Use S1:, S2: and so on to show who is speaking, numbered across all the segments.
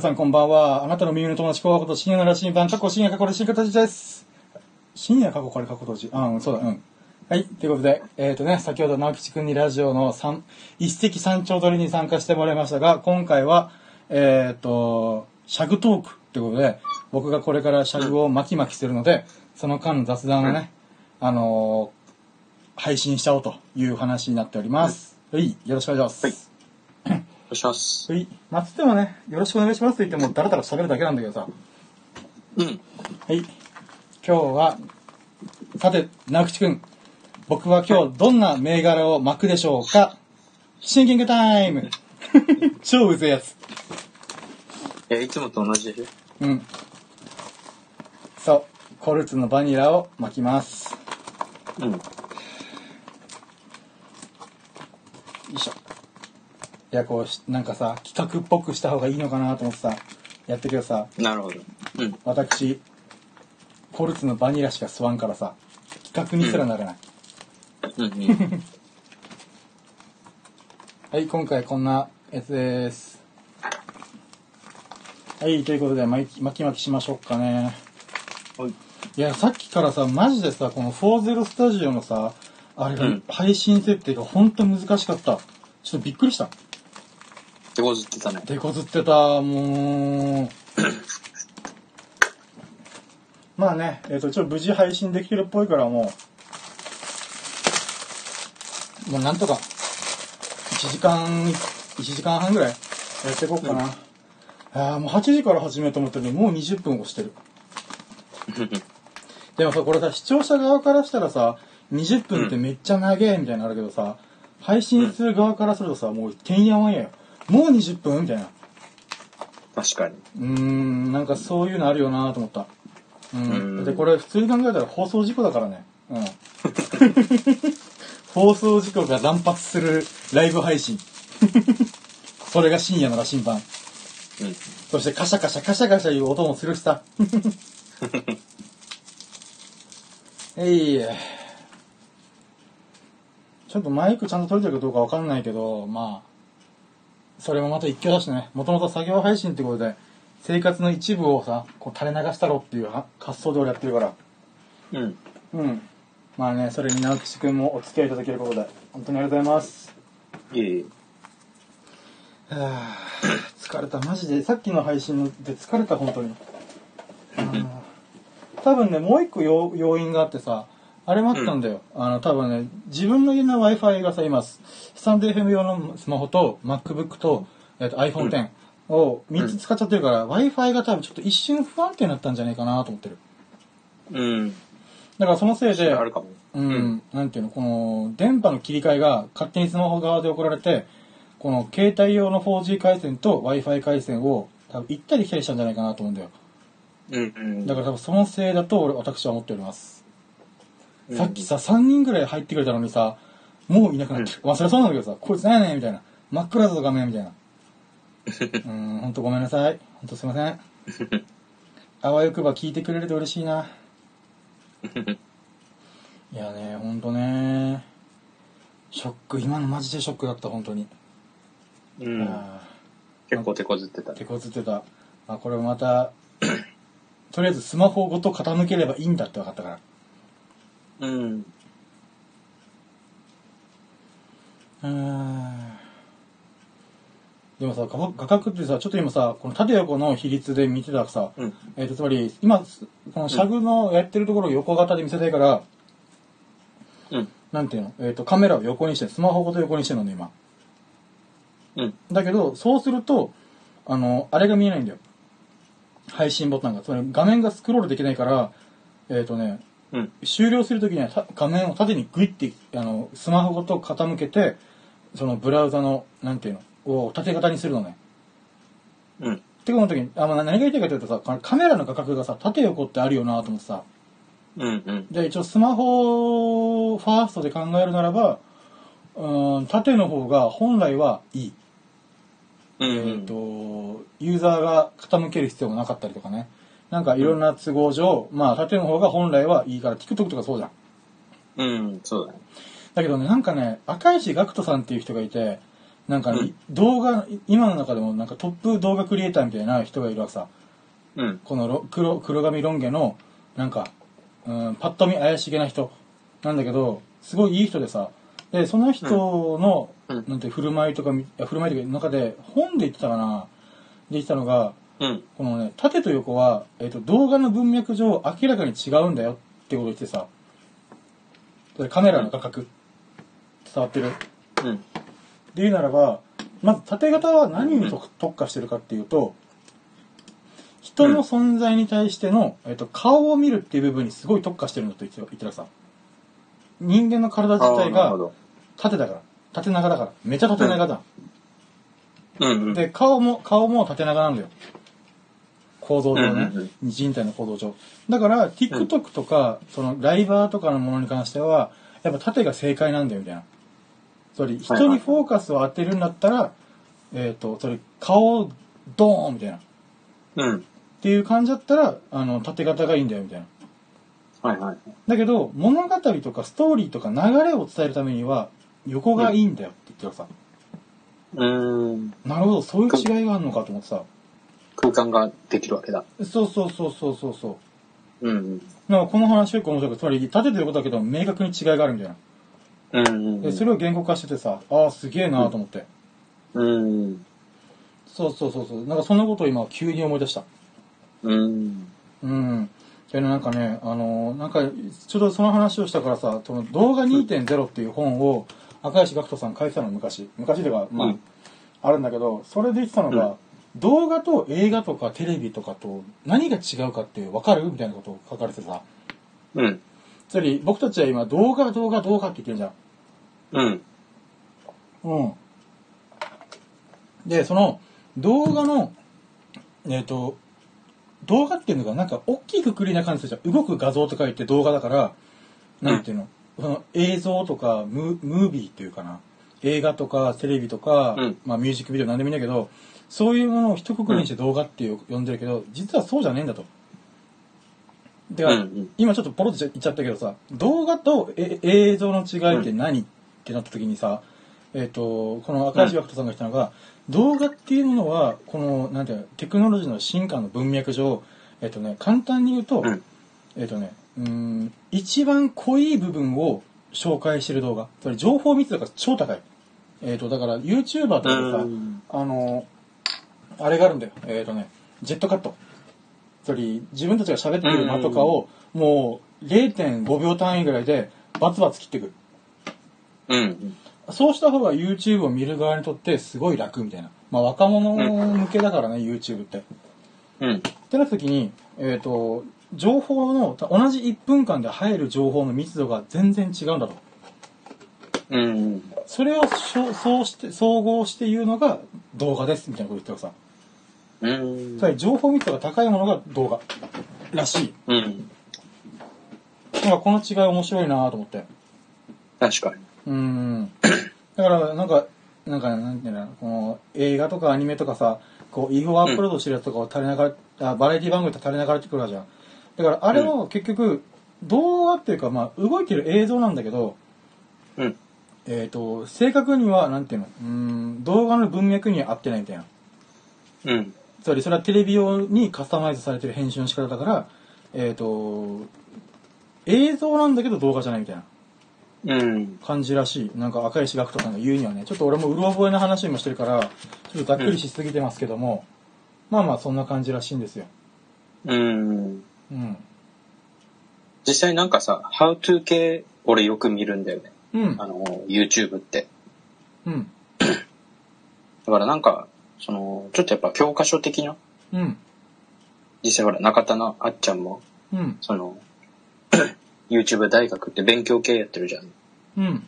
S1: 皆さんこんばんは。あなたの耳の友達、紅白と深夜の羅針盤、過去深夜過去の進化達です。深夜過去から過去当時。あ、うん、そうだ、うん。はい、ということで、えっ、とね、先ほど直吉くんにラジオの三、一石三鳥取りに参加してもらいましたが、今回は、えっ、と、シャグトークということで、僕がこれからシャグを巻き巻きするので、その間の雑談をね、あのー配信しちゃおうという話になっております。はい、よろしくお願いします。
S2: はいお願いします。
S1: はい。まあ、つってもね、よろしくお願いしますって言っても、だらだら喋るだけなんだけどさ。
S2: うん。
S1: はい。今日は、さて、直口くん。僕は今日、どんな銘柄を巻くでしょうかシンキングタイム超うぜえやつ。
S2: え、いつもと同じ。
S1: うん。そう。コルツのバニラを巻きます。よ
S2: うん。はい
S1: しょ。いや、こうし、なんかさ、企画っぽくした方がいいのかなと思ってさ、やってるけどさ、
S2: い。なるほど。うん。
S1: 私、コルツのバニラしか吸わんからさ、企画にすらならない。
S2: うんうん。
S1: はい、今回こんなやつです。はい、ということで、まき巻き巻きしましょうかね。
S2: はい。
S1: いや、さっきからさ、マジでさ、この40スタジオのさ、あれが、
S2: うん
S1: 配信設定がほんと難しかった。ちょっとびっくりした。
S2: 手こずってたね。
S1: 手こずってた、もう。まあね、えっ、と、一応無事配信できてるっぽいからもう、もうなんとか、1時間、1時間半ぐらいやっていこうかな。ああ、もう8時から始めようと思ったけど、もう20分押してる。でもさ、これさ、視聴者側からしたらさ、20分ってめっちゃ長えみたいになるけどさ、配信する側からするとさ、もうてんやわんやよ。もう20分みたいな。
S2: 確かに。
S1: うーん、なんかそういうのあるよなと思った。うん。
S2: うん
S1: だってこれ普通に考えたら放送事故だからね。うん。 放送事故が乱発するライブ配信。それが深夜の羅針盤。
S2: うん。
S1: そしてカシャカシャカシャカシャいう音もするし さ。えいえ。ちょっとマイクちゃんと取れてるかどうかわかんないけど、まあ、それもまた一挙だしね。もともと作業配信ってことで、生活の一部をさ、こう垂れ流したろっていうは発想で俺やってるから。
S2: うん。
S1: うん。まあね、それに直吉くんもお付き合いいただけることで、本当にありがとうございます。
S2: いえいえ。
S1: はあ疲れたマジでさっきの配信で疲れた本当にああ多分ねもう一個要要因があってさあれもあったんだよ、あの多分ね自分の家の w i f i がさ今スタンド FM 用のスマホと MacBook と,、えっと iPhone10 を3つ使っちゃってるから、w i f i が多分ちょっと一瞬不安定になったんじゃないかなと思ってる
S2: うん。
S1: だからそのせいで
S2: あるかも。
S1: うん、なんていうの、この、電波の切り替えが勝手にスマホ側で送られて、この携帯用の 4G 回線と Wi-Fi 回線を多分行ったり来たりしたんじゃないかなと思うんだよ。
S2: うんうん。
S1: だから多分そのせいだと俺、私は思っております。
S2: うん
S1: さっきさ、3人ぐらい入ってくれたのにさ、もういなくなってる。まあそりゃそうなんだけどさ、こいつなんやねんみたいな。真っ暗だぞ画面みたい な。うん、ほんとごめんなさい。ほんとすいません。あわよくば聞いてくれると嬉しい な。いやね、ほんとね。ショック、今のマジでショックだった、本当に。
S2: うん。
S1: あ
S2: 結構手こずってた
S1: ー手
S2: ね。
S1: こずってた。まあ、これま た、とりあえずスマホごと傾ければいいんだって分かったから。
S2: うん。
S1: うーんでもさ、画画角ってさ、ちょっと今さ、この縦横の比率で見てたらさ、
S2: うん。
S1: えっ、と、つまり、今、すこのシャグのやってるところを横型で見せたいから、
S2: うん。
S1: なんていうのえっ、と、カメラを横にして、スマホごと横にしてるのね、今。
S2: うん。
S1: だけど、そうすると、あの、あれが見えないんだよ。配信ボタンが。つまり、画面がスクロールできないから、えっ、とね、
S2: うん。
S1: 終了するときにはた画面を縦にグイってあのスマホごと傾けてそのブラウザのなんていうのを縦型にするのね。
S2: うん。
S1: ってこの時にあ、まあ、何が言いたいかというとさカカメラの画角がさ縦横ってあるよなと思ってさ
S2: うん。うん。
S1: じゃあ一応スマホをファーストで考えるならばうーん縦の方が本来はいい、
S2: うん。
S1: えっ、とユーザーが傾ける必要もなかったりとかねなんかいろんな都合上、まあ縦の方が本来はいいから TikTok とかそうじゃん
S2: うん。そうだね。
S1: だけどね、なんかね、赤石学徒さんっていう人がいて、なんかあの、
S2: うん
S1: 動画、今の中でもなんかトップ動画クリエイターみたいな人がいるわけさ。
S2: うん。
S1: このロ黒黒髪ロン毛のなんか、うん、パッと見怪しげな人なんだけどすごいいい人でさでその人の、
S2: うん
S1: なんて振る舞いとかみいや振る舞いというか中で本で言ってたかなで言ってたのが
S2: うん。
S1: このね縦と横は、えっと動画の文脈上明らかに違うんだよってことを言ってさそれカメラの画角伝わってる
S2: うん。
S1: で言うならばまず縦型は何に特特化してるかっていうと人の存在に対しての、えっと、顔を見るっていう部分にすごい特化してるんだと言って言ってたさ人間の体自体
S2: なるほ
S1: が
S2: ど。
S1: 縦だから縦長だからめちゃ縦長だ、
S2: うんうん。
S1: で顔も顔も縦長なんだよ構造上ね、
S2: うんうん
S1: 人体の構造上だから TikTok とか、そのライバーとかのものに関してはやっぱ縦が正解なんだよみたいなそれ人にフォーカスを当てるんだったら、えっ、とそれ顔をドーンみたいなっ
S2: うん。
S1: ていう感じだったらあの縦型がいいんだよみたいな
S2: はいはい。
S1: だけど物語とかストーリーとか流れを伝えるためには横がいいんだよって言ってたさ、
S2: うーん。
S1: なるほどそういう違いがあるのかと思ってさ
S2: 空間ができるわけだ。
S1: そうそうそうそうそうそう
S2: うんうん。
S1: なんかこの話結構面白くて、つまり縦と横だけど明確に違いがあるみたいな。
S2: うんうんう
S1: で、
S2: ん。
S1: それを言語化しててさ、ああ、すげえなと思って。
S2: うん。
S1: そうそうそうそう。なんかそんなことを今急に思い出した。
S2: うん。
S1: うん。でなんかね、あのーなんか、ちょうどその話をしたからさ、その動画2.0っていう本を赤石学徒さん書いてたの昔。昔では、まあ、
S2: うん
S1: あるんだけど、それで言ってたのが、
S2: うん
S1: 動画と映画とかテレビとかと何が違うかって分かるみたいなことを書かれてさ。
S2: うん。
S1: つまり僕たちは今動画動画動画って言ってるじゃん。
S2: うん。
S1: うん。で、その、動画の、えっ、と、動画っていうのがなんか大きいくくりな感じでするじゃん。動く画像とか言って動画だから、なんていうの、その映像とかムー、ムービーっていうかな。映画とかテレビとか、
S2: うん
S1: まあミュージックビデオなんでもいいんだけど、そういうものを一括りにして動画っていう呼んでるけど、実はそうじゃねえんだと。では、
S2: うんうん
S1: 今ちょっとポロッと言っちゃったけどさ、動画とえ映像の違いって何、ってなった時にさ、えっ、と、この赤石枠人さんが言ったのが、動画っていうものは、この、なんていうの、テクノロジーの進化の文脈上、えっ、とね、簡単に言うと、
S2: うん。
S1: えっ、とね、うーん、一番濃い部分を紹介してる動画。つまり情報密度が超高い。えっ、と、だから YouTuber とかでさ、
S2: うん
S1: あの、あれがあるんだよ。えっ、とね、ジェットカット。つまり、自分たちが喋ってる間とかを、もう0.5秒単位ぐらいで、バツバツ切ってくる。
S2: うん。
S1: そうした方が YouTube を見る側にとってすごい楽みたいな。まあ若者向けだからね、YouTube って。
S2: うん。
S1: ってなった時に、えっ、と、情報の、た同じ1分間で入る情報の密度が全然違うんだと。
S2: うん。
S1: それをしょそうして、総合して言うのが動画ですみたいなこと言ってたさ。
S2: うん
S1: つまり情報密度が高いものが動画らしい。
S2: うん。
S1: なんかこの違い面白いなと思って。
S2: 確かに。
S1: うん。だから、なんか、なんか、なんていうのかな、この映画とかアニメとかさ、こう、違法アップロードしてるやつとかを垂れ流れ、あバラエティ番組と垂れ流れてくるわけじゃん。だから、あれも結局、動画っていうか、まあ、動いてる映像なんだけど、
S2: うん。
S1: えっ、と、正確には、なんていうの、うん、動画の文脈には合ってないみたいな。
S2: うん。
S1: つまり、それはテレビ用にカスタマイズされてる編集の仕方だから、えっ、と、映像なんだけど動画じゃないみたいな。
S2: うん。
S1: 感じらしい。なんか赤石学徒さんが言うにはね、ちょっと俺もうろ覚えの話もしてるから、ちょっとざっくりしすぎてますけども、まあまあそんな感じらしいんですよ。
S2: うん。
S1: うん。
S2: 実際なんかさ、How to 系、俺よく見るんだよね。
S1: うん
S2: あ。の、YouTube って。
S1: うん。
S2: だからなんか、その、ちょっとやっぱ教科書的な、
S1: うん。
S2: 実際ほら、中田のあっちゃんも、
S1: うん。
S2: その、YouTube 大学って勉強系やってるじゃん。
S1: うん。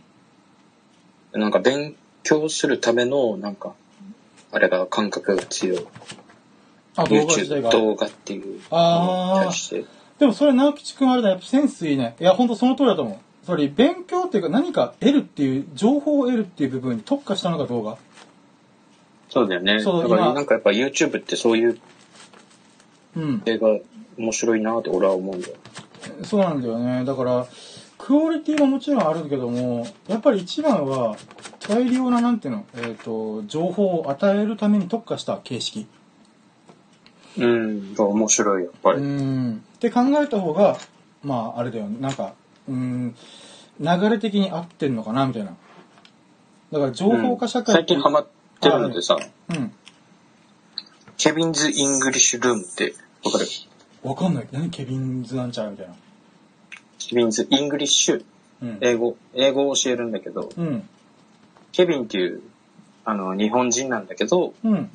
S2: なんか勉強するための、なんか、あれが感覚が強い。
S1: あ、動画自体
S2: YouTube
S1: が。
S2: 動画っていう
S1: あー
S2: のに対して。
S1: でもそれ直吉くんあれだ、やっぱセンスいいね。いや、ほんとその通りだと思う。つまり勉強っていうか何か得るっていう、情報を得るっていう部分に特化したのが動画。
S2: そうだよね。
S1: そう
S2: だから
S1: 今
S2: なんかやっぱ YouTube ってそういう
S1: うん。
S2: 映画面白いなって俺は思うんだよ。
S1: そうなんだよね。だから、クオリティももちろんあるけども、やっぱり一番は、大量な、なんていうの、えっ、と、情報を与えるために特化した形式。
S2: うん、面白い、やっぱ
S1: う
S2: り。
S1: ん。って考えた方が、まあ、あれだよね。なんか、うん、流れ的に合ってんのかな、みたいな。だから、情報化社会、
S2: 最近ハマってるのでさ、
S1: うん。
S2: ケビンズ・イングリッシュ・ルームって、わかる
S1: わかんない。何ケビンズなんちゃうみたいな。
S2: ケビンズ・イングリッシュ、
S1: うん。
S2: 英語、英語を教えるんだけど、
S1: うん。
S2: ケビンっていう、あの、日本人なんだけど、
S1: うん。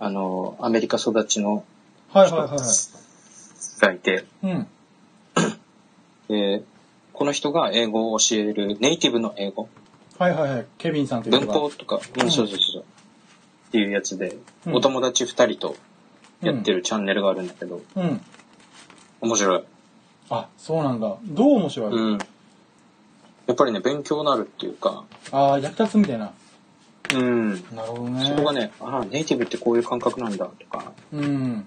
S2: あの、アメリカ育ちの
S1: はい
S2: 人
S1: はいはいは
S2: がいて、
S1: い。うん。
S2: で、この人が英語を教える、ネイティブの英語、
S1: はいはいはい。ケビンさんという
S2: 文
S1: 人が。
S2: 法とか、
S1: う
S2: うんん、そうそうそう、っていうやつで、
S1: うん
S2: お友達二人とやってるチャンネルがあるんだけど、
S1: うん。
S2: 面白い。
S1: あ、そうなんだ。どう面白い、
S2: うん。やっぱりね、勉強になるっていうか、
S1: ああ、役立つみたいな。
S2: うん。
S1: なるほどね。
S2: そこがね、ああ、ネイティブってこういう感覚なんだとか、
S1: うん。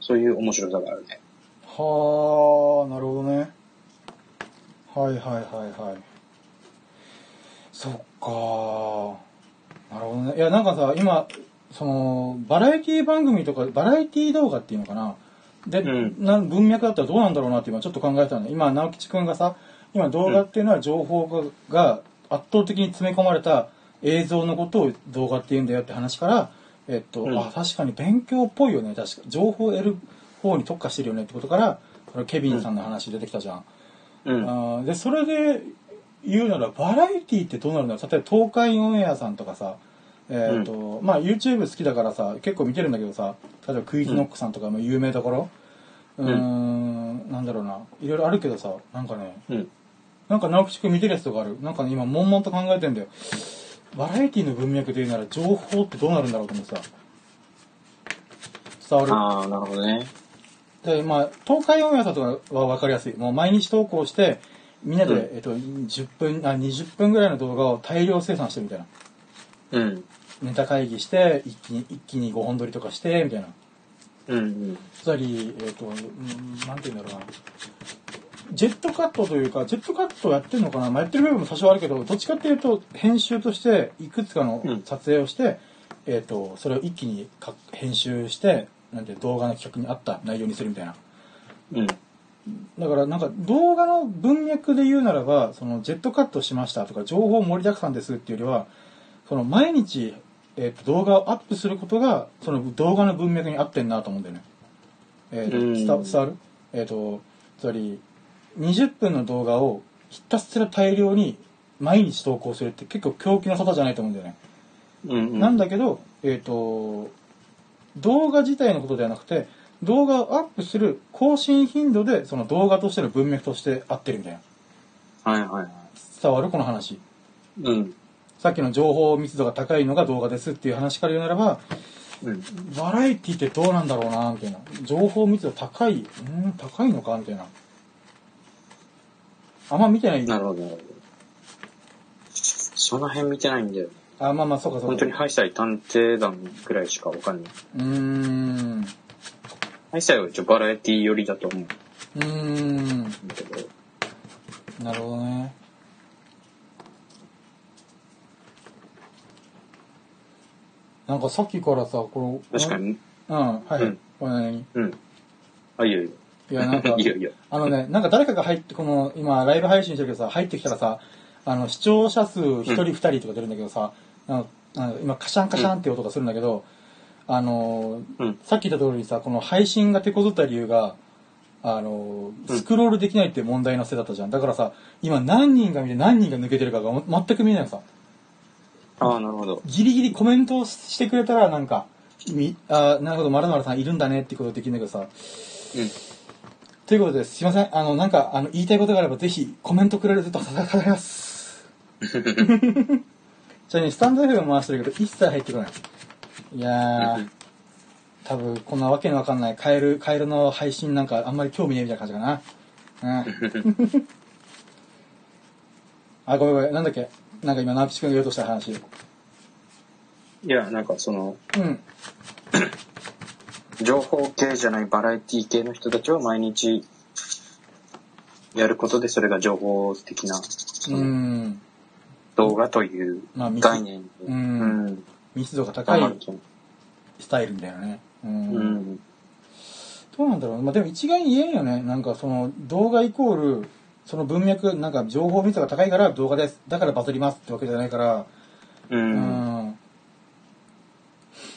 S2: そういう面白さがあるね。
S1: はあ、なるほどね。はいはいはいはい。そっかなるほどね。いや、なんかさ、今、その、バラエティ番組とか、バラエティ動画っていうのかな。で、
S2: うん
S1: な文脈だったらどうなんだろうなって今ちょっと考えたの。今、直吉くんがさ、今動画っていうのは情報が,、が圧倒的に詰め込まれた映像のことを動画って言うんだよって話から、えっと、
S2: うん
S1: あ、確かに勉強っぽいよね、確か。情報を得る方に特化してるよねってことから、このケビンさんの話出てきたじゃん。
S2: うん。
S1: あーで、それで言うなら、バラエティってどうなるんだろう例えば東海オンエアさんとかさ、えっと、まあ YouTube 好きだからさ、結構見てるんだけどさ、例えばクイズノックさんとかも有名どころ、う
S2: うん
S1: ーん、なんだろうな、いろいろあるけどさ、なんかね、
S2: うん。
S1: なんか直吉くん見てるやつとかある。なんかね、今、悶々と考えてんだよ。バラエティの文脈で言うなら、情報ってどうなるんだろうと思ってさ。伝わ
S2: ああ、なるほどね。
S1: る。で、まあ、東海オンエアさんとかはわかりやすい。もう毎日投稿して、みんなで、
S2: うん
S1: えっと、10分、あ、20分ぐらいの動画を大量生産してみたいな。
S2: うん。
S1: ネタ会議して、一気に、一気に5本撮りとかして、みたいな。
S2: うんうん。
S1: つまり、えっ、と、うんなんて言うんだろうな。ジェットカットというか、ジェットカットやってるのかな、まあ、やってる部分も多少あるけど、どっちかっていうと、編集として、いくつかの
S2: うん
S1: 撮影をして、えっ、と、それを一気にか編集して、なんていう動画の企画に合った内容にするみたいな。
S2: うん。
S1: だから、なんか、動画の文脈で言うならば、その、ジェットカットしましたとか、情報盛りだくさんですっていうよりは、その、毎日、えっ、と、動画をアップすることが、その、動画の文脈に合ってんなと思うんだよね。えー
S2: うん
S1: 伝わ伝わるえっ、と、つまり、20分の動画をひたすら大量に毎日投稿するって結構狂気の沙汰じゃないと思うんだよね。
S2: うんうん。
S1: なんだけど、えっ、と、動画自体のことではなくて、動画をアップする更新頻度で、その動画としての文脈として合ってるみたいな。
S2: はいはいはい。
S1: 伝わるこの話。
S2: うん。
S1: さっきの情報密度が高いのが動画ですっていう話から言うならば、
S2: うん。
S1: バラエティってどうなんだろうな、みたいな。情報密度高い、うーん、高いのか、みたいな。あんま見てない。
S2: なるほど、なるほど。その辺見てないんだよ。
S1: あ、まあまあ、そうかそうか。
S2: 本当にハイサイ探偵団くらいしかわかんない。
S1: うーん。う
S2: ハイサイは一応バラエティ寄りだと思うん
S1: ーん。
S2: だけど。
S1: なるほどね。なんかさっきからさ、この、
S2: 確か。に。
S1: うん、はい。
S2: うん
S1: これ何い
S2: うん。あ、いいよいいよ。
S1: や、なんか
S2: いい、よいいよ。
S1: あのね、なんか誰かが入って、この、今、ライブ配信してるけどさ、入ってきたらさ、あの、視聴者数1人
S2: うん
S1: 2人とか出るんだけどさ、あのあの今、カシャンカシャンって音がするんだけど、あのー、
S2: うん。
S1: さっき言った通りにさ、この配信が手こずった理由が、あのー、
S2: うん
S1: スクロールできないっていう問題のせいだったじゃん。だからさ、今何人が見て何人が抜けてるかがも全く見えないのさ。
S2: ああ、なるほど。
S1: ギリギリコメントをしてくれたらなんか、み、あーなるほど、まるまるさんいるんだねってことできるんだけどさ。
S2: うん。
S1: ということです。すいません。あの、なんか、あの、言いたいことがあればぜひコメントくれると助かり ます。じゃあね、スタンド F も回してるけど、一切入ってこない。いやー。多分こんなわけのわかんないカエルカエルの配信なんかあんまり興味ねえみたいな感じかなうんあごめんごめんなんだっけなんか今直吉君が言おうとした話
S2: いや、なんかその、
S1: うん
S2: 情報系じゃないバラエティ系の人たちは毎日やることでそれが情報的な、
S1: うん
S2: 動画という
S1: まあ密
S2: 概念で、
S1: うん
S2: うん
S1: 密度が高
S2: 頑張
S1: い
S2: ると思
S1: スタイルみたいなね。うん
S2: ううん
S1: どうなんだろう、まあ、でも一概に言えんよねなんかその動画イコールその文脈なんか情報密度が高いから動画ですだからバズりますってわけじゃないから
S2: う
S1: うんん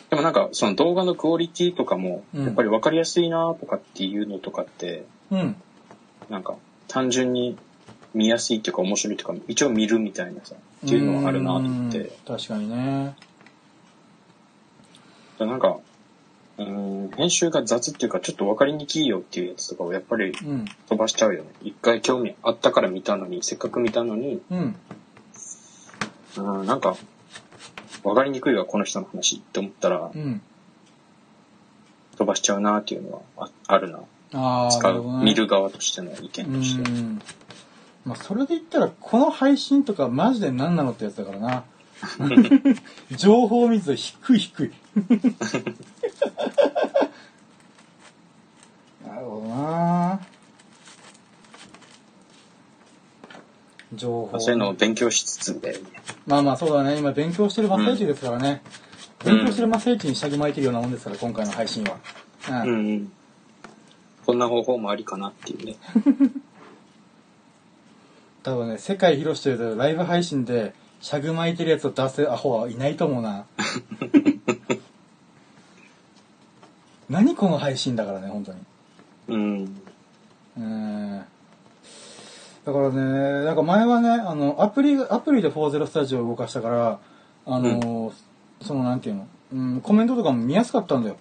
S2: でもなんかその動画のクオリティとかも
S1: うん
S2: やっぱり分かりやすいなとかっていうのとかって
S1: うん
S2: なんか単純に見やすいっていうか面白いっていうか一応見るみたいなさっていうのはあるなと思って
S1: うん確かにね
S2: なんかうん編集が雑っていうかちょっと分かりにくいよっていうやつとかをやっぱり
S1: うん
S2: 飛ばしちゃうよね一回興味あったから見たのにせっかく見たのに
S1: うん
S2: うんなんか分かりにくいわこの人の話って思ったら
S1: うん
S2: 飛ばしちゃうなっていうのはああるな
S1: ああ
S2: 使
S1: なる
S2: う、
S1: ほどね
S2: 見る側としての意見
S1: う
S2: として。
S1: んまあそれで言ったらこの配信とかマジで何なのってやつだからな情報密度低い低いなるほどな情報
S2: そういうのを勉強しつつだよね。
S1: まあまあそうだね今勉強してる真っ最中ですからね、
S2: うん
S1: 勉強してる真っ最中に下着巻いてるようなもんですから今回の配信は
S2: うんうん。こんな方法もありかなっていうね。
S1: 多分ね世界広しというとライブ配信でしゃぐまいてるやつを出すアホはいないと思うな何この配信だからね本当に
S2: うん。
S1: うーんだからねなんか前はねあのアプリアプリで40スタジオを動かしたからあの、そのなんていうの、うん、コメントとかも見やすかったんだよ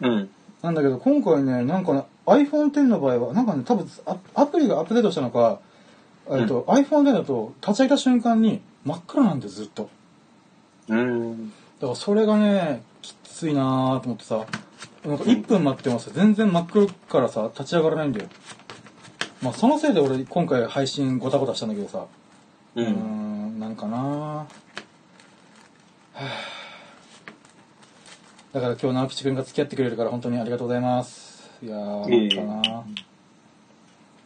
S2: うん。
S1: なんだけど今回ねなんかね iPhone10 の場合はなんかね多分アアプリがアップデートしたのか、えっと iPhone10 だと立ち上げた瞬間に真っ暗なんでずっと
S2: うん。
S1: だからそれがねきついなーと思ってさなんか1分待ってもさ全然真っ暗からさ立ち上がらないんだよまあそのせいで俺今回配信ごたごたしたんだけどさ
S2: う
S1: うー
S2: ん。
S1: んなんかなーはぁだから今日直吉君が付き合ってくれるから本当にありがとうございますいや
S2: いえい
S1: ー
S2: え
S1: なんかなー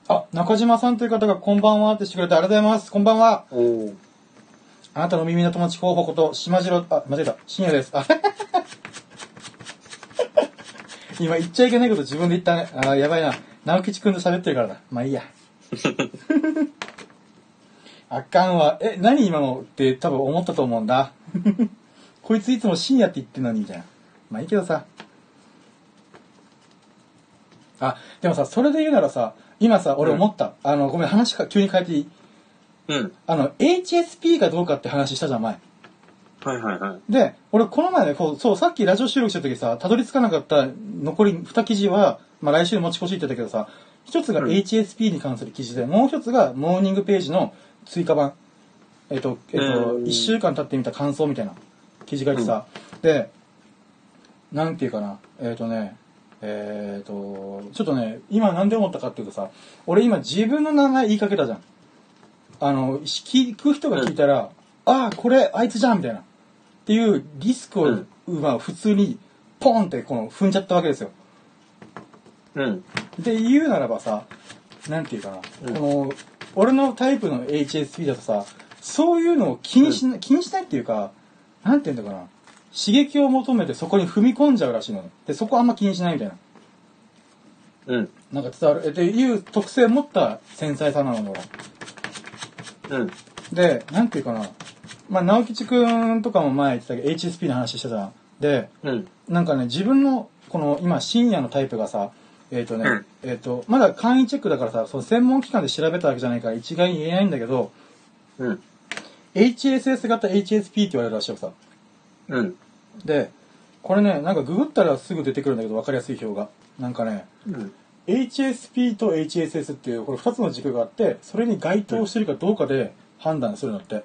S1: あ中島さんという方がこんばんはってしてくれてありがとうございますこんばんは
S2: おお。
S1: あなたの耳の友達候補こと島次郎あ間違えた深夜ですあ 今言っちゃいけないこと自分で言ったねあーやばいな直吉君と喋ってるからだまあいいや あかんわえ何今のって多分思ったと思うんだ こいついつも深夜って言ってんのにみたいなまあいいけどさあでもさそれで言うならさ今さ俺思った、あのごめん話か急に変えていい
S2: うん。
S1: あの HSP かどうかって話したじゃん前
S2: はいはいはい。
S1: で俺この前ねこうそうさっきラジオ収録した時さたどり着かなかった残り2記事は、まあ、来週持ち越しって言ったけどさ一つが
S2: うん
S1: HSP に関する記事で、もう一つがモーニングページの追加版えっと、えっと、
S2: うん
S1: 1週間経ってみた感想みたいな記事書いてさ、でなんていうかなえっ、とねえっ、とちょっとね今なんで思ったかっていうとさ俺今自分の名前言いかけたじゃんあのし聞く人が聞いたら、ああこれあいつじゃんみたいなっていうリスクを、
S2: うん
S1: まあ、普通にポンってこの踏んじゃったわけですよ
S2: うん。
S1: で言うならばさなんていうかな、
S2: うん
S1: この俺のタイプの HSP だとさそういうのを気にしな、気にしないっていうかなんていうんだかな刺激を求めてそこに踏み込んじゃうらしいのねでそこあんま気にしないみたいな
S2: うん。
S1: なんか伝わるえっていう特性を持った繊細さなのよ俺
S2: うん。
S1: で、なんていうかな。まあ、直吉くんとかも前言ってたけど、HSP の話してたじゃん。で、
S2: うん。
S1: なんかね、自分の、この、今、深夜のタイプがさ、えっ、とね、
S2: うん
S1: えっ、と、まだ簡易チェックだからさ、その専門機関で調べたわけじゃないから一概に言えないんだけど、
S2: うん。
S1: HSS 型 HSP って言われるらしいよさ。
S2: うん。
S1: で、これね、なんかググったらすぐ出てくるんだけど、わかりやすい表が。なんかね、
S2: うん。
S1: HSP と HSS っていう、これ2つの軸があって、それに該当してるかどうかで判断するのって。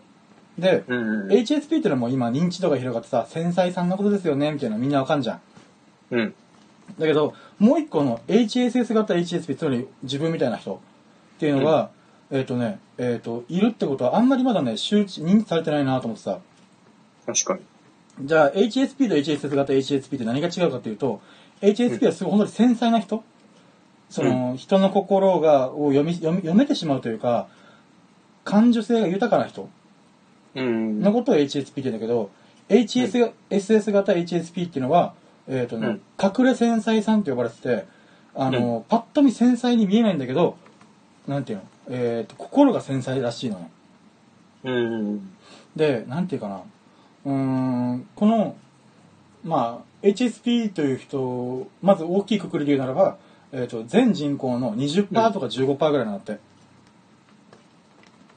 S1: で、
S2: うん。
S1: HSP っていうのはもう今認知度が広がってさ繊細さんのことですよねみたいなのみんなわかんじゃん
S2: うん。
S1: だけどもう一個の HSS 型 HSP つまり自分みたいな人っていうのが、えっ、とねえっ、といるってことはあんまりまだね周知認知されてないなと思ってさ
S2: 確かに。
S1: じゃあ HSP と HSS 型 HSP って何が違うかっていうと HSP はすごい本当に繊細な人その、人の心がを読み読み読めてしまうというか感受性が豊かな人
S2: うん。
S1: のことを HSP って言うんだけど、HS が、SS 型 HSP っていうのは、えっ、とね、
S2: うん
S1: 隠れ繊細さんって呼ばれてて、あの、パッと見繊細に見えないんだけど、なんていうの、えっ、と、心が繊細らしいのよ。
S2: うん。
S1: で、なんていうかな、うーん、この、まあ、HSP という人、まず大きいくくりで言うならば、えっ、と、全人口の20%とか15%ぐらいなんだって。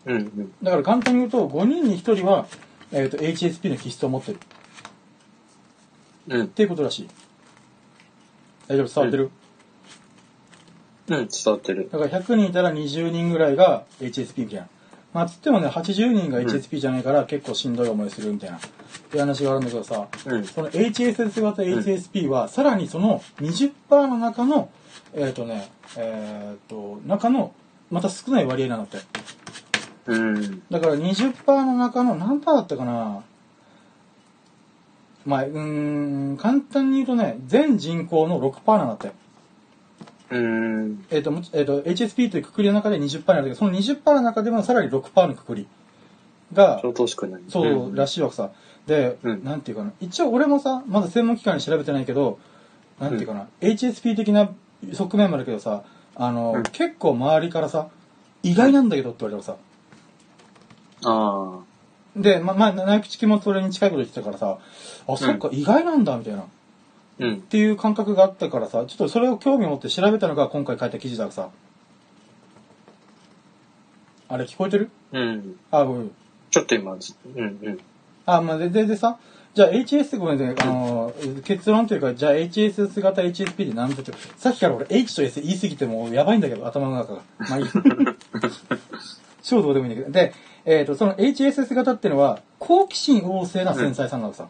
S2: うん。うん。
S1: だから簡単に言うと、5人に1人は、えっ、と、HSP の気質を持ってる。
S2: うん
S1: っ。ていうことらしい大丈夫伝わってる、
S2: うん。伝わってる。
S1: だから100人いたら20人ぐらいが HSP みたいなまあつってもね80人が HSP じゃないから結構しんどい思いするみたいなっていう話があるんだけどさ
S2: うん。
S1: その HSS 型 HSP はさらにその20%の中のえっ、とねえっ、と中のまた少ない割合なんだって
S2: うん。
S1: だから20%の中の何パーだったかなまあうーん簡単に言うとね全人口の6%なんだって
S2: うん。
S1: えっ、と、もちえっ、と、HSP というくくりの中で20%になるけど、その20%の中でもさらに6%のくくりが
S2: ちょ、うどしくない。
S1: そうら
S2: しい。
S1: しいわけさ。で、
S2: うん
S1: なんていうかな。一応俺もさ、まだ専門機関に調べてないけど、なんていうかな、HSP 的な側面もあるけどさ、あの、
S2: うん
S1: 結構周りからさ、意外なんだけどって言われたらさ、
S2: ああ。
S1: で、ま、まあ、ナイプチキもそれに近いこと言ってたからさ、あ、そっか、意外なんだ、みたいな。っ
S2: うん。
S1: ていう感覚があったからさ、ちょっとそれを興味を持って調べたのが今回書いた記事だからさ。あれ聞こえてる
S2: うん。
S1: あ、ごめん。
S2: ちょっと今、ずうんうん。
S1: あ、まあ、で、で、でさ、じゃあ HS ごめんね、あのー、結論というか、じゃあ HSS 型 HSP で何だって、さっきから俺 H と S 言い過ぎてもうやばいんだけど、頭の中が。まあいい。超どうでもいいんだけど。で、えっ、と、その HSS 型ってのは、好奇心旺盛な繊細さんなのさ。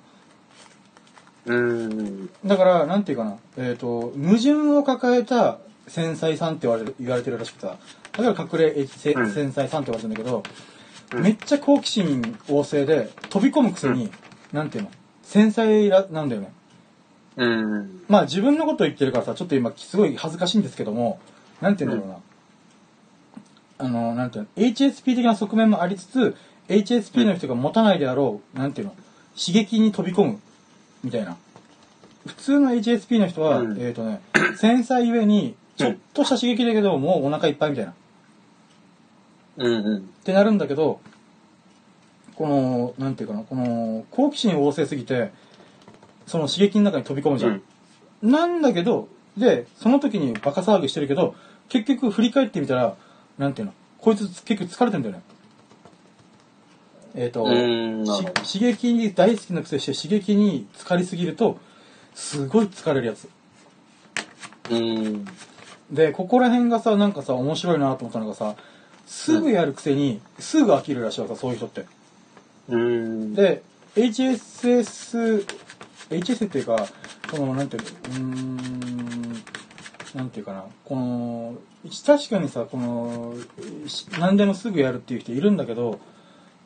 S2: うん。
S1: だから、なんていうかな、えっ、と、矛盾を抱えた繊細さんって言われる言われてるらしくてさ、だから隠れ、えせ
S2: うん
S1: 繊細さんって言われてるんだけど、
S2: うん
S1: めっちゃ好奇心旺盛で、飛び込むくせに、なんていうの、繊細らなんだよね。
S2: うん。
S1: まあ自分のこと言ってるからさ、ちょっと今すごい恥ずかしいんですけども、なんていうんだろうな。あの、なんていうの、HSP 的な側面もありつつ、HSP の人が持たないであろう、なんていうの、刺激に飛び込む、みたいな。普通の HSP の人は、
S2: うん
S1: えっ、とね、繊細ゆえに、ちょっとした刺激だけど、もうお腹いっぱいみたいな。っ
S2: うんうん。
S1: てなるんだけど、この、なんていうかな、この、好奇心旺盛すぎて、その刺激の中に飛び込むじゃんなんだけど、で、その時にバカ騒ぎしてるけど、結局振り返ってみたら、なんていうの、こいつ結局疲れてんだよね。えっ、と、
S2: うん。な
S1: し
S2: るほど。
S1: 刺激に大好きなくせして刺激に疲れすぎると、すごい疲れるやつ。
S2: うん。
S1: で、ここら辺がさ、なんかさ、面白いなと思ったのがさ、すぐやるくせに、すぐ飽きるらしいわさ、そういう人って。
S2: うん。、
S1: で、HSS、HS っていうか、この、なんていうの、うーん、なんていうかな、この、確かにさ、この、し何でもすぐやるっていう人いるんだけど、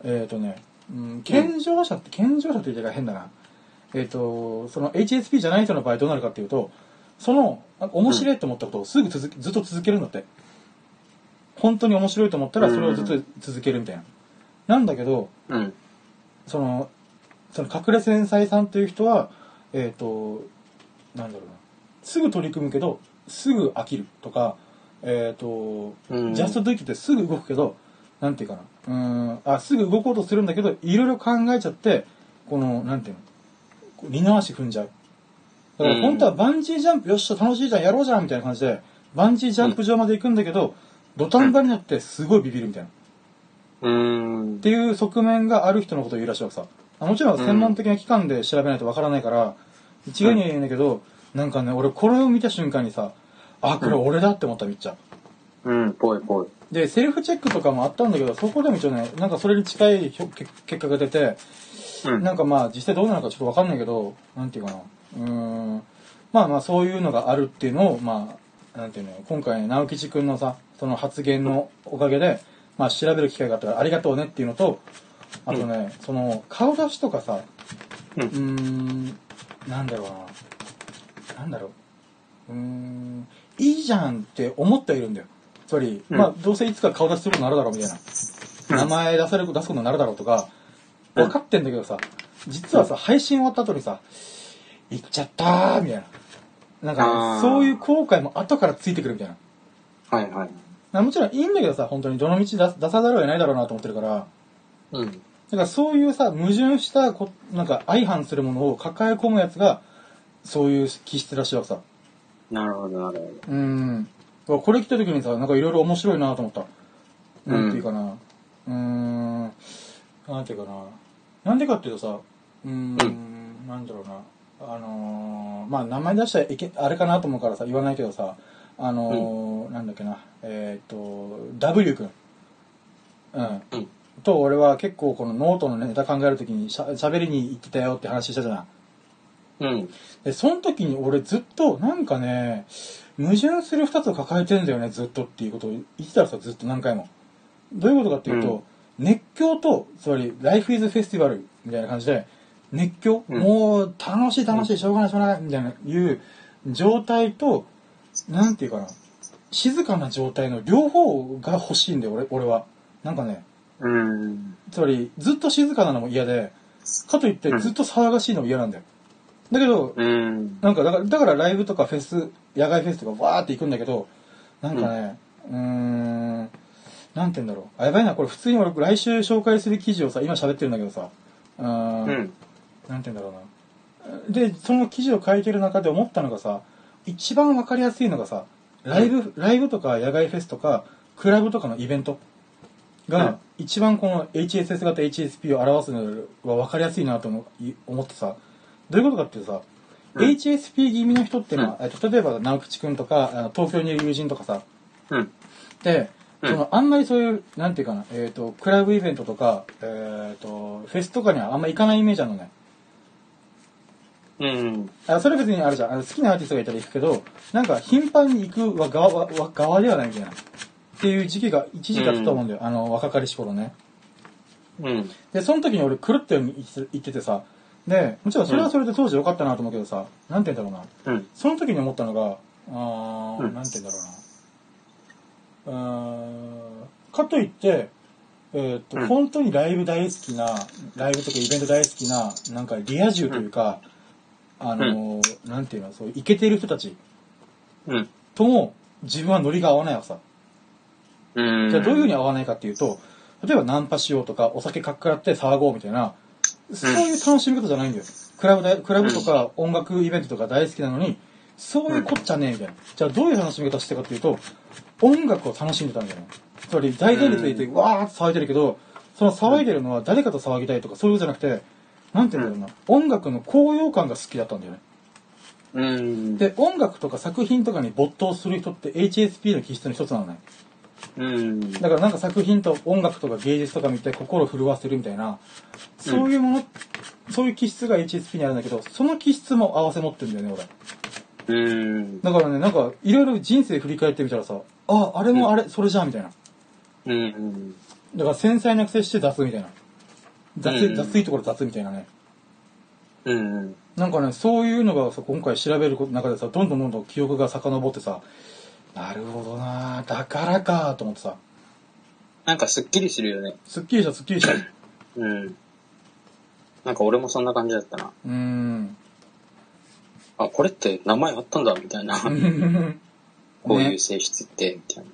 S1: えっ、とね、うん、健常者って、健常者って言ってから変だな。えっ、と、その HSP じゃない人の場合どうなるかっていうと、その、あ面白いと思ったことをすぐ続けずっと続けるんだって。本当に面白いと思ったらそれをずっと続けるみたいな。なんだけど、
S2: うん。
S1: その、その隠れ繊細さんという人は、えっ、と、なんだろうな。すぐ取り組むけど、すぐ飽きるとか、えっ、と、
S2: うん
S1: ジャストドゥイキってすぐ動くけど、なんていうかな。うーん、あ、すぐ動こうとするんだけど、いろいろ考えちゃって、この、なんていうの、こう二の足踏んじゃう。だから
S2: うん
S1: 本当はバンジージャンプ、よっしゃ、楽しいじゃん、やろうじゃん、みたいな感じで、バンジージャンプ場まで行くんだけど、土壇場になってすごいビビるみたいな。
S2: うん
S1: って。いう側面がある人のことを言うらしいわけさあもちろん専門的な機関で調べないとわからないから、一概には言えないけどなんかね俺これを見た瞬間にさあこれ俺だって思ったみっちゃん
S2: うん。ぽいぽい。
S1: でセルフチェックとかもあったんだけどそこでも一応ねなんかそれに近いひょけ結果が出て
S2: うん。
S1: なんかまあ実際どうなのかちょっとわかんないけどなんていうかなうーんまあまあそういうのがあるっていうのをまあなんていうのよ今回ね直吉君のさその発言のおかげで、まあ、調べる機会があったからありがとうねっていうのとあとね、その顔出しとかさう
S2: うん
S1: ーんなんだろうななんだろううーんいいじゃんって思ってはいるんだよつまり、
S2: うん
S1: まあどうせいつか顔出しすることになるだろうみたいな名前出せる出すことになるだろうとか分かってんだけどさ、実はさ、配信終わった後にさ、行っちゃったー、みたいな。なんか
S2: あ
S1: ね、
S2: ー
S1: そういう後悔も後からついてくるみたいな。
S2: はいはい。
S1: なもちろんいいんだけどさ、本当にどの道出す出さざるを得ないだろうなと思ってるから、
S2: うん。
S1: だからそういうさ、矛盾したこ、なんか相反するものを抱え込むやつが、そういう気質らしいわけさ。
S2: なるほど、なるほ
S1: うん。これ来た時にさ、なんかいろいろ面白いなと思った。なんていうかな。うーん。なんていうかな。なんでかっていうとさ、うーん、、
S2: うん
S1: なんだろうな。あのー、まあ名前出したらいけ、あれかなと思うからさ、言わないけどさ、あのー、なんだっけな、えーっ、と、W 君。うん。
S2: ど。うん。
S1: と、俺は結構このノートのネタ考えるときにしゃ喋りに行ってたよって話したじゃない。
S2: うん。
S1: で、その時に俺ずっと、なんかね、矛盾する二つを抱えてんだよね、ずっとっていうことを言ってたらさ、ずっと何回も。どういうことかっていうと、熱狂と、つまり、Life is Festival みたいな感じで、熱狂、
S2: うん
S1: もう楽しい楽しい、しょうがないしょうがない、みたいな、いう状態と、なんていうかな、静かな状態の両方が欲しいんだよ、俺俺は。なんかね、
S2: うん。
S1: つまり、ずっと静かなのも嫌で、かといって
S2: うん
S1: ずっと騒がしいのも嫌なんだよ。だけど、
S2: うん。
S1: なんかだから、だからライブとかフェス、野外フェスとかわーって行くんだけど、なんかね、うーん、なんて言うんだろう。あ、やばいな、これ普通に俺来週紹介する記事をさ、今喋ってるんだけどさ、うーん、
S2: うん。
S1: なんて言うんだろうな。で、その記事を書いてる中で思ったのがさ、一番わかりやすいのがさ、ライブ、ライブとか野外フェスとか、クラブとかのイベント
S2: うん
S1: が、一番この HSS 型 HSP を表すのはわかりやすいなと思い思ってさ、どういうことかっていうとさ、
S2: うん
S1: HSP 気味の人っていうのは、えっと例えば直吉くんとか、あの東京にいる友人とかさ、
S2: うん。
S1: で、
S2: うん
S1: そのあんまりそういう、なんていうかな、えっ、と、クラブイベントとか、えっ、と、フェスとかにはあんま行かないイメージなのね。
S2: うん。
S1: あそれ別にあるじゃんあの好きなアーティストがいたら行くけどなんか頻繁に行くは側はは側ではないみたいなっていう時期が一時期あったと思うんだよ、あの若かりし頃ね
S2: うん。
S1: でその時に俺狂ったように行っててさでもちろんそれはそれで当時良かったなと思うけどさ、なんて言うんだろうな
S2: うん。
S1: その時に思ったのがあー、
S2: うん
S1: なんて言うんだろうなうーんかといってえーっと、
S2: うん
S1: 本当にライブ大好きなライブとかイベント大好きななんかリア充というか、あのーなんていうのそうイケてる人たち
S2: うん。
S1: とも自分はノリが合わないわけさ
S2: うん。
S1: じゃあどういうふうに合わないかっていうと例えばナンパしようとかお酒かっくらって騒ごうみたいなそういう楽しみ方じゃないんだよクラブだクラブとか音楽イベントとか大好きなのにそういうこっちゃねえみたいなじゃあどういう楽しみ方してたかっていうと音楽を楽しんでたんだよねつまり大前列でいてわーって騒いでるけどその騒いでるのは誰かと騒ぎたいとかそういうことじゃなくてなんて言うんだろうな音楽の高揚感が好きだったんだよね
S2: うん。
S1: で音楽とか作品とかに没頭する人って HSP の気質の一つなのね
S2: うん。
S1: だからなんか作品と音楽とか芸術とか見て心を震わせるみたいなそういうもの、そういう気質が HSP にあるんだけどその気質も合わせ持ってるんだよね俺
S2: うん。
S1: だからねなんかいろいろ人生振り返ってみたらさああれもあれ、それじゃんみたいな
S2: うん。
S1: だから繊細な癖して雑みたいな雑,、
S2: うん
S1: 雑いところ雑みたいなね
S2: うん。
S1: なんかねそういうのがさ今回調べる中でさどんどんどんどん記憶が遡ってさなるほどなだからかと思ってさ
S2: なんかすっきりするよね。
S1: すっきりしたすっきりしたう
S2: うん。なんか俺もそんな感じだったな。
S1: ーん
S2: あ、これって名前あったんだ、み たいな。こういう性質って、みたいな。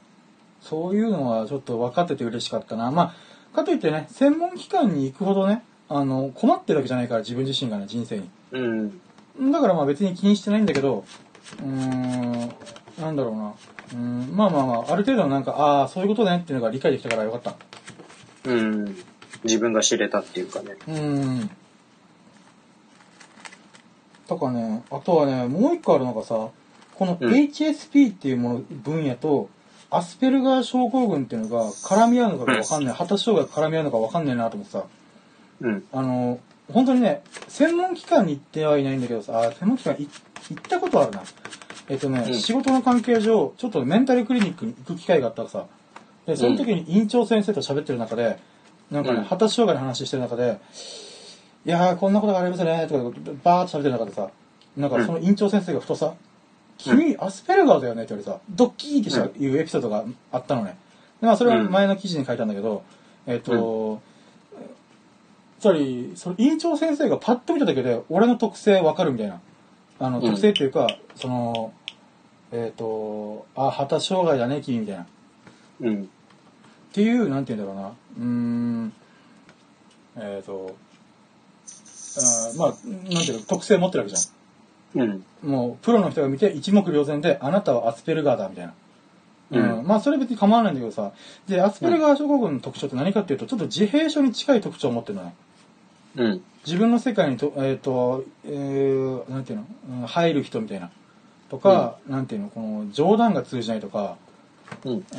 S1: そういうのはちょっと分かってて嬉しかったな。まあ、かといってね、専門機関に行くほどね、あの、困ってるわけじゃないから、自分自身がね、人生に。
S2: うん。
S1: だからまあ別に気にしてないんだけど、うーん、なんだろうな。うーん、まあまあまあ、ある程度のなんか、ああ、そういうことねっていうのが理解できたからよかった。
S2: うん。自分が知れたっていうかね。
S1: うーん。とかね、あとはね、もう一個あるのがさ、この
S2: うん
S1: HSP っていうもの、分野と、アスペルガー症候群っていうのが絡み合うのかがわかん ない、発達障害が絡み合うのかわかんないなと思ってさ、
S2: うん。
S1: あの、本当にね、専門機関に行ってはいないんだけどさ、あ専門機関い行ったことあるな。えっとね、
S2: うん
S1: 仕事の関係上、ちょっとメンタルクリニックに行く機会があったらさ、で、その時に院長先生と喋ってる中で、なんかね、
S2: うん
S1: 発達障害の話してる中で、いやー、こんなことがありますね、とか、バーっと喋ってる中でさ、なんかその院長先生がふとさ、君、アスペルガーだよねって言われてさ、ドッキーってしたいうエピソードがあったのね。でまあ、それは前の記事に書いたんだけど、えっ、と、つまり、その委員長先生がパッと見ただけで、俺の特性わかるみたいな。あの、
S2: ん
S1: 特性っていうか、その、えっ、と、あ、発達障害だね、君みたいな。っ
S2: うん。
S1: ていう、なんて言うんだろうな。うーん、えっ、と、あーまあ、なんていうの、特性持ってるわけじゃ
S2: うん。
S1: ん。もう、プロの人が見て一目瞭然で、あなたはアスペルガーだ、みたいな。
S2: うん
S1: うん、まあそれ別に構わないんだけどさでアスペルガー症候群の特徴って何かっていうとちょっと自閉症に近い特徴を持ってるのね
S2: うん。
S1: 自分の世界にと、えっとえーなんていうの、うん入る人みたいなとか、なんていうのこの冗談が通じないとか、
S2: うん。
S1: え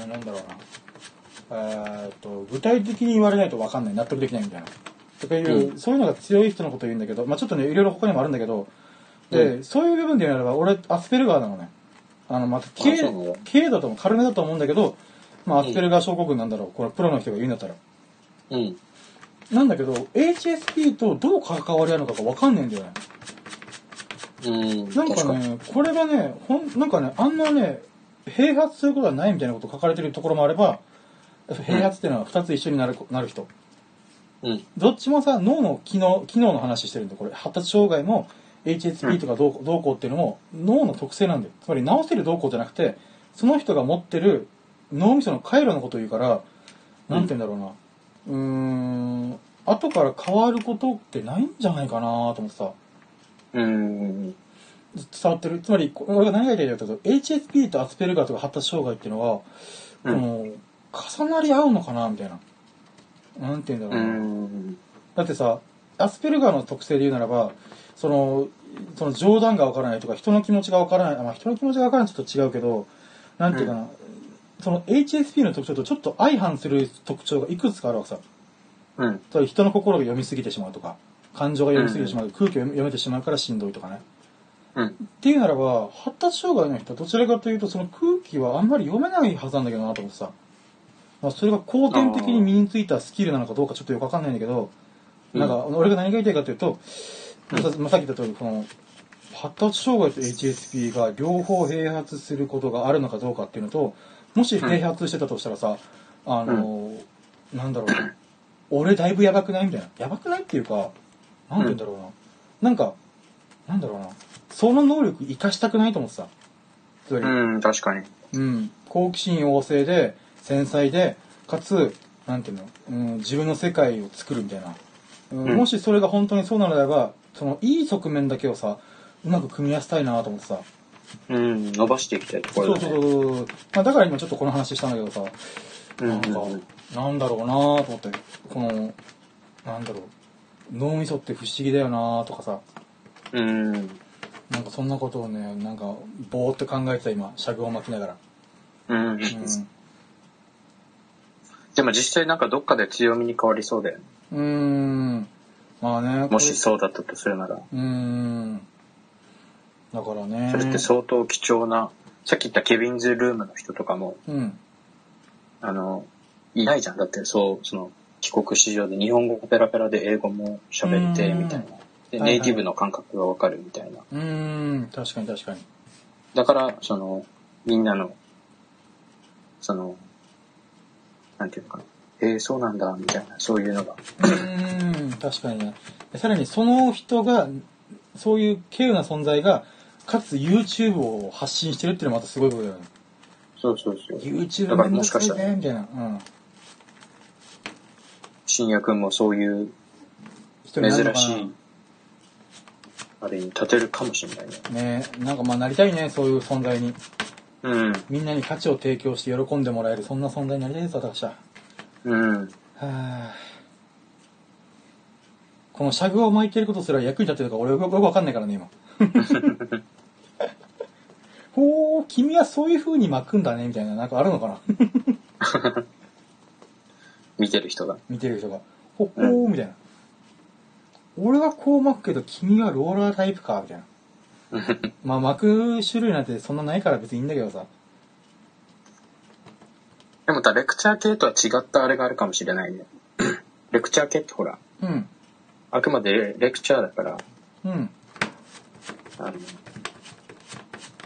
S1: ーなんだろうな、えー、と具体的に言われないと分かんない納得できないみたいなとかいう、
S2: う
S1: そういうのが強い人のことを言うんだけど、まあ、ちょっとねいろいろ他にもあるんだけどで、
S2: う
S1: そういう部分で言うならば俺アスペルガーなのねあのまた
S2: あそうなんだ
S1: 軽軽度とも軽めだと思うんだけど、まあ、アスペルガー症候群なんだろうこれプロの人が言うんだったら。
S2: うん。
S1: なんだけど HSP とどう関わり合うのかが分かんないんだよね
S2: うん。
S1: なん
S2: 確
S1: か
S2: かに。
S1: ねこれがねほんなんかねあんなね併発することはないみたいなこと書かれてるところもあれば併発っていうのは2つ一緒になるなる人
S2: うん。
S1: どっちもさ脳の機能機能の話してるんでこれ発達障害も HSP とかどう,、どうこうっていうのも脳の特性なんだよつまり治せるどうこうじゃなくてその人が持ってる脳みその回路のことを言うからなんて言うんだろうなうーん後から変わることってないんじゃないかなと思ってさ
S2: うん。
S1: 伝わってるつまりこ俺が何が言いたいかというと HSP とアスペルガーとか発達障害っていうのは、
S2: うん
S1: この重なり合うのかなみたいななんて言うんだ
S2: う
S1: ろうな、
S2: ん。
S1: だってさアスペルガーの特性で言うならばそのその冗談がわからないとか人の気持ちがわからない、まあ、人の気持ちがわからないとちょっと違うけどなんていうかな、その HSP の特徴とちょっと相反する特徴がいくつかあるわけさ
S2: うん。
S1: つまり人の心が読みすぎてしまうとか感情が読みすぎてしまう、空気を読めてしまうからしんどいとかね、
S2: うん。
S1: っていうならば発達障害の人はどちらかというとその空気はあんまり読めないはずなんだけどなと思ってさ、まあ、それが後天的に身についたスキルなのかどうかちょっとよくわかんないんだけど、
S2: うん
S1: なんか俺が何が言いたいかというと、まあさまあさっき言った通りこの発達障害と HSP が両方併発することがあるのかどうかっていうのともし併発してたとしたらさ、あのなんだろうな俺だいぶやばくないみたいなやばくないっていうかなんて言うんだろうな、なんかなんだろうなその能力生かしたくないと思ってさつまり、
S2: うん。確かに。
S1: うん、好奇心旺盛で繊細でかつなんていうの、うん、自分の世界を作るみたいな、うん
S2: うん
S1: もしそれが本当にそうなのであればそのいい側面だけをさうまく組み合わせたいなと思ってさ
S2: うん。伸ばしていきたいとこ
S1: そう
S2: ろ
S1: そう
S2: だ
S1: そ
S2: ね。
S1: うそう、まあ、だから今ちょっとこの話したんだけどさ
S2: うん
S1: なんか、
S2: うん
S1: なんだろうなと思ってこのなんだろう脳みそって不思議だよなとかさ
S2: うん。
S1: なんかそんなことをねなんかぼーっと考えてた今しゃぐを巻きながら、
S2: うん。
S1: うん
S2: でも実際なんかどっかで強みに変わりそうだよね。
S1: うーん。まあね。
S2: もしそうだったとするなら。
S1: う。うーん。だからね。
S2: それって相当貴重な、さっき言ったケビンズルームの人とかも、
S1: うん。
S2: あの、いないじゃん。だってそう、その、帰国子女で日本語ペラペラで英語も喋って、
S1: うん
S2: みたいな。で、
S1: はいはい
S2: ネイティブの感覚がわかるみたいな。
S1: うーん。確かに確かに。
S2: だから、その、みんなの、その、なんていうのかな。えー、そうなんだ、みたいな、そういうのが。
S1: うーん。確かにね。さらにその人が、そういう稀有な存在が、かつ YouTube を発信してるっていうのはまたすごいことだよね。
S2: そうそうそう。
S1: YouTube
S2: だか
S1: め
S2: ら
S1: んど
S2: も
S1: く
S2: しかし
S1: さ
S2: た
S1: い
S2: ら、
S1: ね、みたいな。うん。
S2: 深夜くんもそういう
S1: 一人なるの
S2: 珍
S1: かな
S2: しい、あれに立てるかもしれないね。
S1: ねなんかまあなりたいね、そういう存在に。
S2: うん。
S1: みんなに価値を提供して喜んでもらえる、そんな存在になりたいです、私は。
S2: うん。
S1: はあこのシャグを巻いてることすら役に立ってるか俺よくよくわかんないからね今ほう君はそういう風に巻くんだねみたいななんかあるのかな
S2: 見てる人が。
S1: 見てる人がほほーみたいな、俺はこう巻くけど君はローラータイプかみたいなまあ巻く種類なんてそんなないから別にいいんだけどさ
S2: でもまたレクチャー系とは違ったあれがあるかもしれないね。 レクチャー系ってほら、
S1: うん
S2: あくまでレクチャーだから、
S1: うん
S2: あの、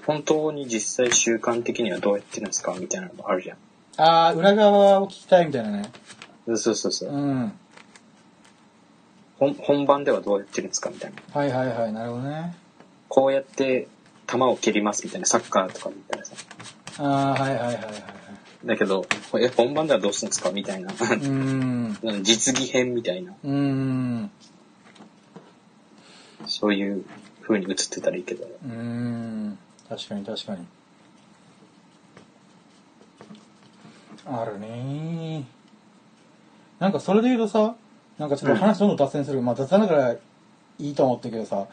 S2: 本当に実際習慣的にはどうやってるんですかみたいなのもあるじゃん。
S1: ああ裏側を聞きたいみたいなね
S2: そうそうそうそうう。
S1: ん
S2: 本本番ではどうやってるんですかみたいな。
S1: はいはいはい、なるほどね。
S2: こうやって球を蹴りますみたいな、サッカーとかみたいなさ。
S1: ああ、はいはいはいはい。
S2: だけど、え、本番ではどうするんですかみたいな。
S1: うーん。
S2: 実技編みたいな、
S1: うーん。
S2: そういう風に映ってたらいいけど。
S1: うーん。確かに確かに。あるねー。なんかそれで言うとさ、なんかちょっと話どんどん脱線する。まあ脱線だからいいと思ったけどさ、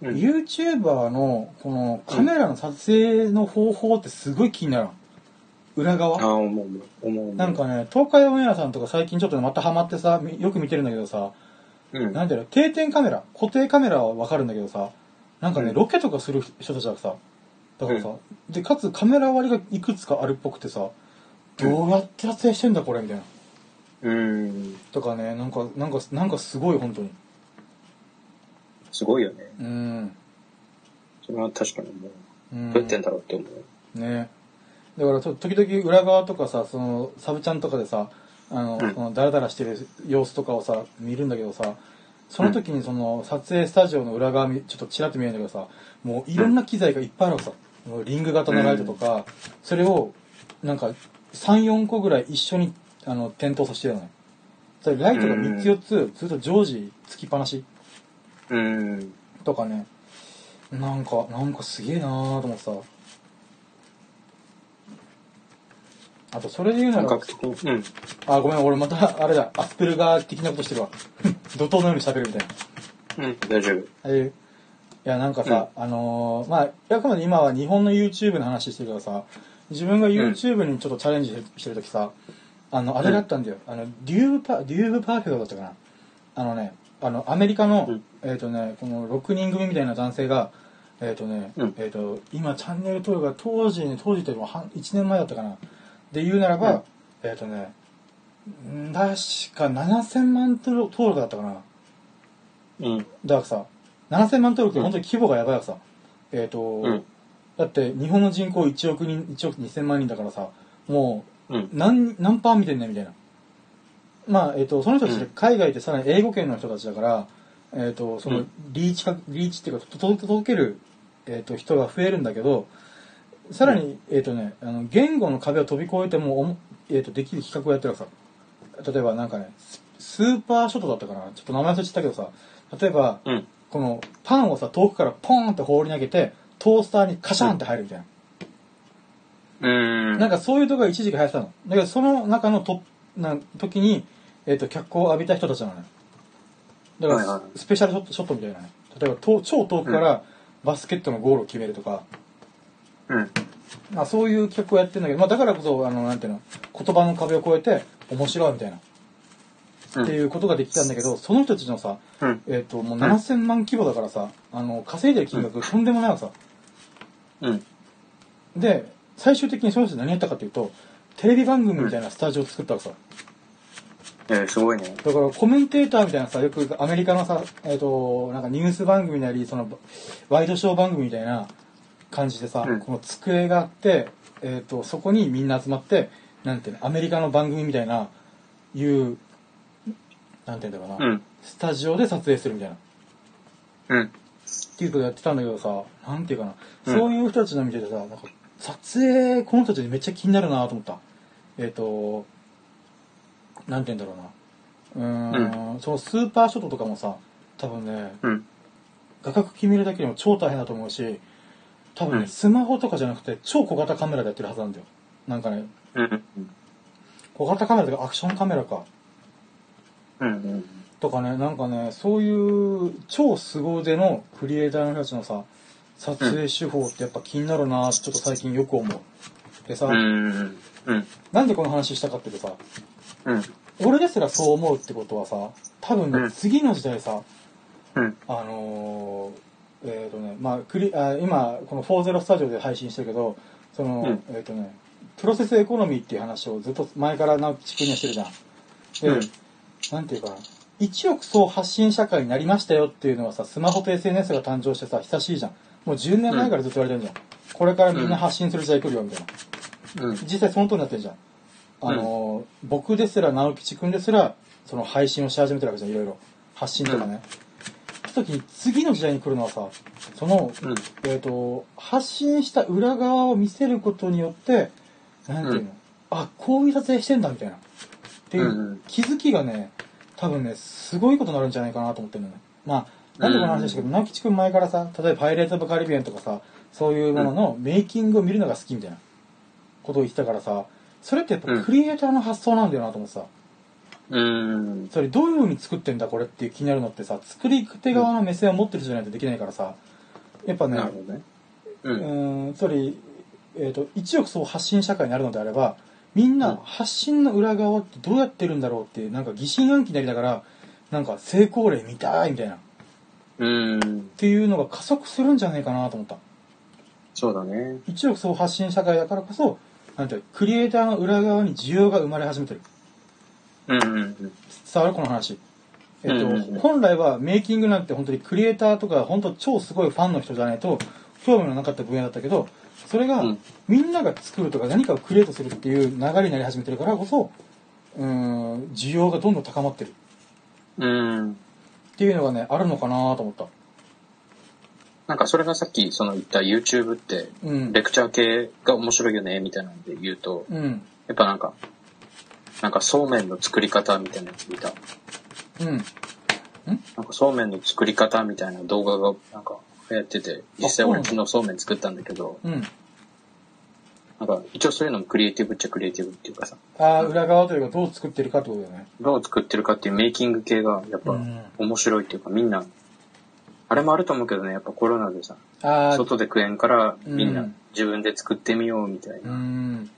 S2: うん、
S1: YouTuber のこのカメラの撮影の方法ってすごい気になる。裏
S2: あ
S1: 側。
S2: あ、思う思う。思う思う
S1: なんかね、東海オンエアさんとか最近ちょっとまたハマってさ、みよく見てるんだけどさ、
S2: うん。
S1: なんていうの、定点カメラ、固定カメラはわかるんだけどさ、なんかね、
S2: うん
S1: ロケとかする人たちはさ、だからさ、
S2: う
S1: で、かつカメラ割りがいくつかあるっぽくてさ、どうやって撮影してんだこれみたいな。
S2: うん。
S1: とかね、なんか、なんか、なんかすごい本当に。
S2: すごいよね。
S1: うん。
S2: それは確かにもう、
S1: うん
S2: どうやってんだろうって思う。
S1: ねだからちょっと時々裏側とかさそのサブちゃんとかでさあの、
S2: うん
S1: このダラダラしてる様子とかをさ見るんだけどさその時にその撮影スタジオの裏側みちょっとちらっと見えるんだけどさもういろんな機材がいっぱいあるわけさもうリング型のライトとか、それをなんか34個ぐらい一緒にあの点灯させてるのねそれライトが3つ4つ、ずっと常時つきっぱなし
S2: うん。
S1: とかねなんかなんかすげえなーと思ってさあとそれで言うな
S2: 感
S1: ら
S2: 覚的に。うん。
S1: あごめん俺またあれだアスペルガー的なことしてるわ 怒涛のように喋るみたいな
S2: うん。大丈夫。
S1: ああいういやなんかさ、あのーまああくまで今は日本の YouTube の話してるけどさ自分が YouTube にちょっとチャレンジしてる時さあのあれだったんだよ、あのデューブパデューブパーフェクトだったかなあのねあのアメリカの、
S2: うん
S1: えっ、とねこの6人組みたいな男性がえっ、とね、
S2: うん
S1: えっ、と今チャンネル登録が当時ね当時というか半1年前だったかなで言うならば、
S2: うん
S1: えっ、とねん確か7000万登録登録だったかな
S2: うん。
S1: だからさ7000万登録って本当に規模がやばいわけさ、えっ、と、
S2: うん。
S1: だって日本の人口1億人1億2000万人だからさも
S2: うん。
S1: う何何パー見てんねんみたいなまあえっ、とその人たちって海外ってさらに英語圏の人たちだからえっ、とそうの
S2: ん
S1: リーチか、リーチっていうかとと届ける、えー、と人が増えるんだけどさらに、えっ、とねあの言語の壁を飛び越えてもおも、えー、とできる企画をやってるわけさ例えばなんかねススーパーショットだったかなちょっと名前忘れちゃったけどさ例えば
S2: うん。
S1: このパンをさ遠くからポーンって放り投げてトースターにカシャンって入るみたいな、
S2: うん。
S1: なんかそういうとこが一時期流行ってたのだけどその中のとなん時に、えっと脚光を浴びた人たちなのねだからス,、
S2: はいはい
S1: ペシャルショットショットみたいなね例えばと超遠くからバスケットのゴールを決めるとか、
S2: うん。
S1: まあ、そういう企画をやってるんだけど、まあ、だからこそあのなんていうの言葉の壁を越えて面白いみたいな、
S2: うん。
S1: っていうことができたんだけどその人たちのさ、
S2: うん。
S1: えっともう7000万規模だからさあの稼いでる金額とんでもないわさ、
S2: うん。
S1: で最終的にその人何やったかというとテレビ番組みたいなスタジオを作ったわけさ、
S2: えー、すごいね。
S1: だからコメンテーターみたいなさよくアメリカのさ、えっとなんかニュース番組なりそのワイドショー番組みたいな感じでさ、
S2: うん
S1: この机があって、えっとそこにみんな集まってなんていうのアメリカの番組みたいないうなんていうんだろう
S2: う
S1: な、
S2: ん。
S1: スタジオで撮影するみたいな
S2: うん。
S1: っていうことやってたんだけどさなんていうかな、
S2: うん
S1: そういう人たちの見ててさなんか撮影この人たちめっちゃ気になるなと思ったえっ、となんて言うんだろうなうーん、そのスーパーショットとかもさ多分ね
S2: うん。
S1: 画角決めるだけでも超大変だと思うし多分ね、
S2: うん
S1: スマホとかじゃなくて超小型カメラでやってるはずなんだよなんかね
S2: うん。
S1: 小型カメラとかアクションカメラか
S2: うん。
S1: とかねなんかねそういう超凄腕のクリエイターの人たちのさ撮影手法ってやっぱ気になるなってちょっと最近よく思うでさ、
S2: うん。うん。
S1: なんでこの話したかっていうとさ
S2: うん。
S1: 俺ですらそう思うってことはさ多分ね、
S2: うん
S1: 次の時代さ
S2: うん。
S1: あのーえっ、とねまあクリあ今この40スタジオで配信してるけどその、えっ、とねプロセスエコノミーっていう話をずっと前から直樹君にはしてるじゃんで、
S2: うん。
S1: なんていうかな、一億総発信社会になりましたよっていうのはさ、スマホと SNS が誕生してさ、久しいじゃん。もう10年前からずっと言われてるじゃん。これからみんな発信する時代来るよ、みたいな。
S2: うん。
S1: 実際その通りになってるじゃん。あのー、僕ですら、直吉くんですら、その配信をし始めてるわけじゃん、いろいろ。発信とかね。その時、次の時代に来るのはさ、その、
S2: うん。
S1: えっ、と、発信した裏側を見せることによって、なんていうの、
S2: うん
S1: あ、こういう撮影してんだ、みたいな。っていう、
S2: うんうん
S1: 気づきがね、多分ね、すごいことになるんじゃないかなと思ってるのね。まあ、なんでこの話でしたけど、直吉くん前からさ、例えばパイレーツ・オブ・カリビアンとかさ、そういうもののメイキングを見るのが好きみたいなことを言ってたからさ、それってやっぱクリエイターの発想なんだよなと思ってさ、
S2: うん。
S1: それどういう風に作ってんだこれっていう気になるのってさ、作り手側の目線を持ってる人じゃないとできないからさ、やっぱね
S2: な、るほどね。う。
S1: うんーんつまり、えー、と一億総発信社会になるのであればみん
S2: う
S1: なん発信の裏側ってどうやってるんだろうってなんか疑心暗鬼になりながらなんか成功例見たいみたいなっ
S2: うん。
S1: ていうのが加速するんじゃないかなと思った
S2: そうだね。
S1: 一億総発信社会だからこそなんていうのクリエイターの裏側に需要が生まれ始めてる
S2: うんうん
S1: 伝わるこの話えっ、と、
S2: うんうんうん
S1: 本来はメイキングなんて本当にクリエイターとか本当超すごいファンの人じゃないと興味のなかった分野だったけどそれ
S2: う
S1: が、
S2: ん。うん。
S1: みんなが作るとか何かをクリエイトするっていう流れになり始めてるからこそ、うーん、需要がどんどん高まってる
S2: うん。
S1: っていうのがね、あるのかなと思った。
S2: なんかそれがさっきその言った YouTube って
S1: うん。
S2: レクチャー系が面白いよねみたいなんで言うと
S1: うん。
S2: やっぱなんかなんかそうめんの作り方みたいなやつ見た
S1: うん。
S2: なんかそうめんの作り方みたいな動画がなんか流行ってて実際俺昨日そうめん作ったんだけど
S1: うん。
S2: なんか一応そういうのもクリエイティブっちゃクリエイティブっていうかさ
S1: ああ、裏側というかどう作ってるかってことだよね。
S2: どう作ってるかっていうメイキング系がやっ
S1: う
S2: ぱ
S1: ん。
S2: 面白いっていうかみんなあれもあると思うけどねやっぱコロナでさ
S1: ああ、
S2: 外で食えんからみん
S1: う
S2: なん自分で作ってみようみたいうな。
S1: ん。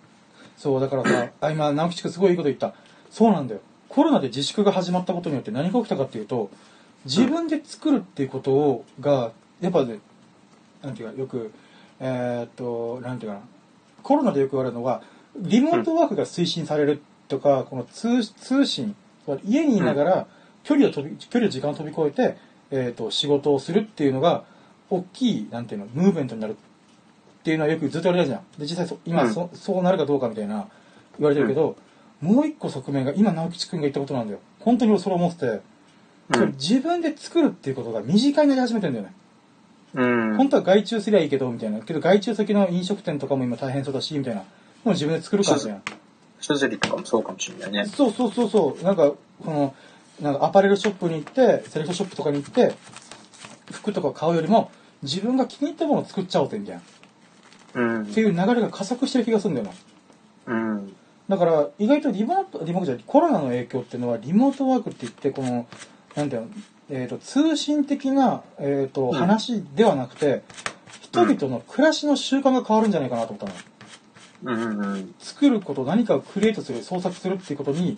S1: そう、だからさ、あ、今、直吉君すごいいいこと言った。そうなんだよ。コロナで自粛が始まったことによって何が起きたかっていうと、自分で作るっていうことを、が、やっぱね、なんていうか、よく、えーっと、なんていうかな、コロナでよく言われるのが、リモートワークが推進されるとか、この通通信、つまり家にいながら、距離を飛び、距離を時間を飛び越えて、えーっと、仕事をするっていうのが、大きい、なんていうの、ムーブメントになるっていうのはよくずっと言われたじゃん。で、実際そ、今そ、そうなるかどうかみたいな、言われてるけど、もう一個側面が、今、直吉くんが言ったことなんだよ。本当に俺それ思ってて、
S2: う
S1: それ
S2: ん
S1: 自分で作るっていうことが身近になり始めてんだよね。
S2: うん。
S1: 本当は外注すりゃいいけど、みたいな。けど外注先の飲食店とかも今大変そうだし、みたいな。もう自分で作るからじゃん。
S2: 人釣りとかもそうかもしれないね。
S1: そうそうそうそう。なんか、この、なんかアパレルショップに行って、セレクトショップとかに行って、服とか買うよりも、自分が気に入ったものを作っちゃおうぜ、みたいな。っ
S2: うん
S1: ていう流れが加速してる気がするんだよな。
S2: うん。
S1: だから、意外とリモート、リモートじゃないコロナの影響っていうのは、リモートワークって言って、この、なんていうの、えっ、と、通信的な、えっ、と、
S2: ん
S1: 話ではなくて、人々の暮らしの習慣が変わるんじゃないかなと思ったの。
S2: うんうん。
S1: 作ること何かをクリエイトする創作するっていうことに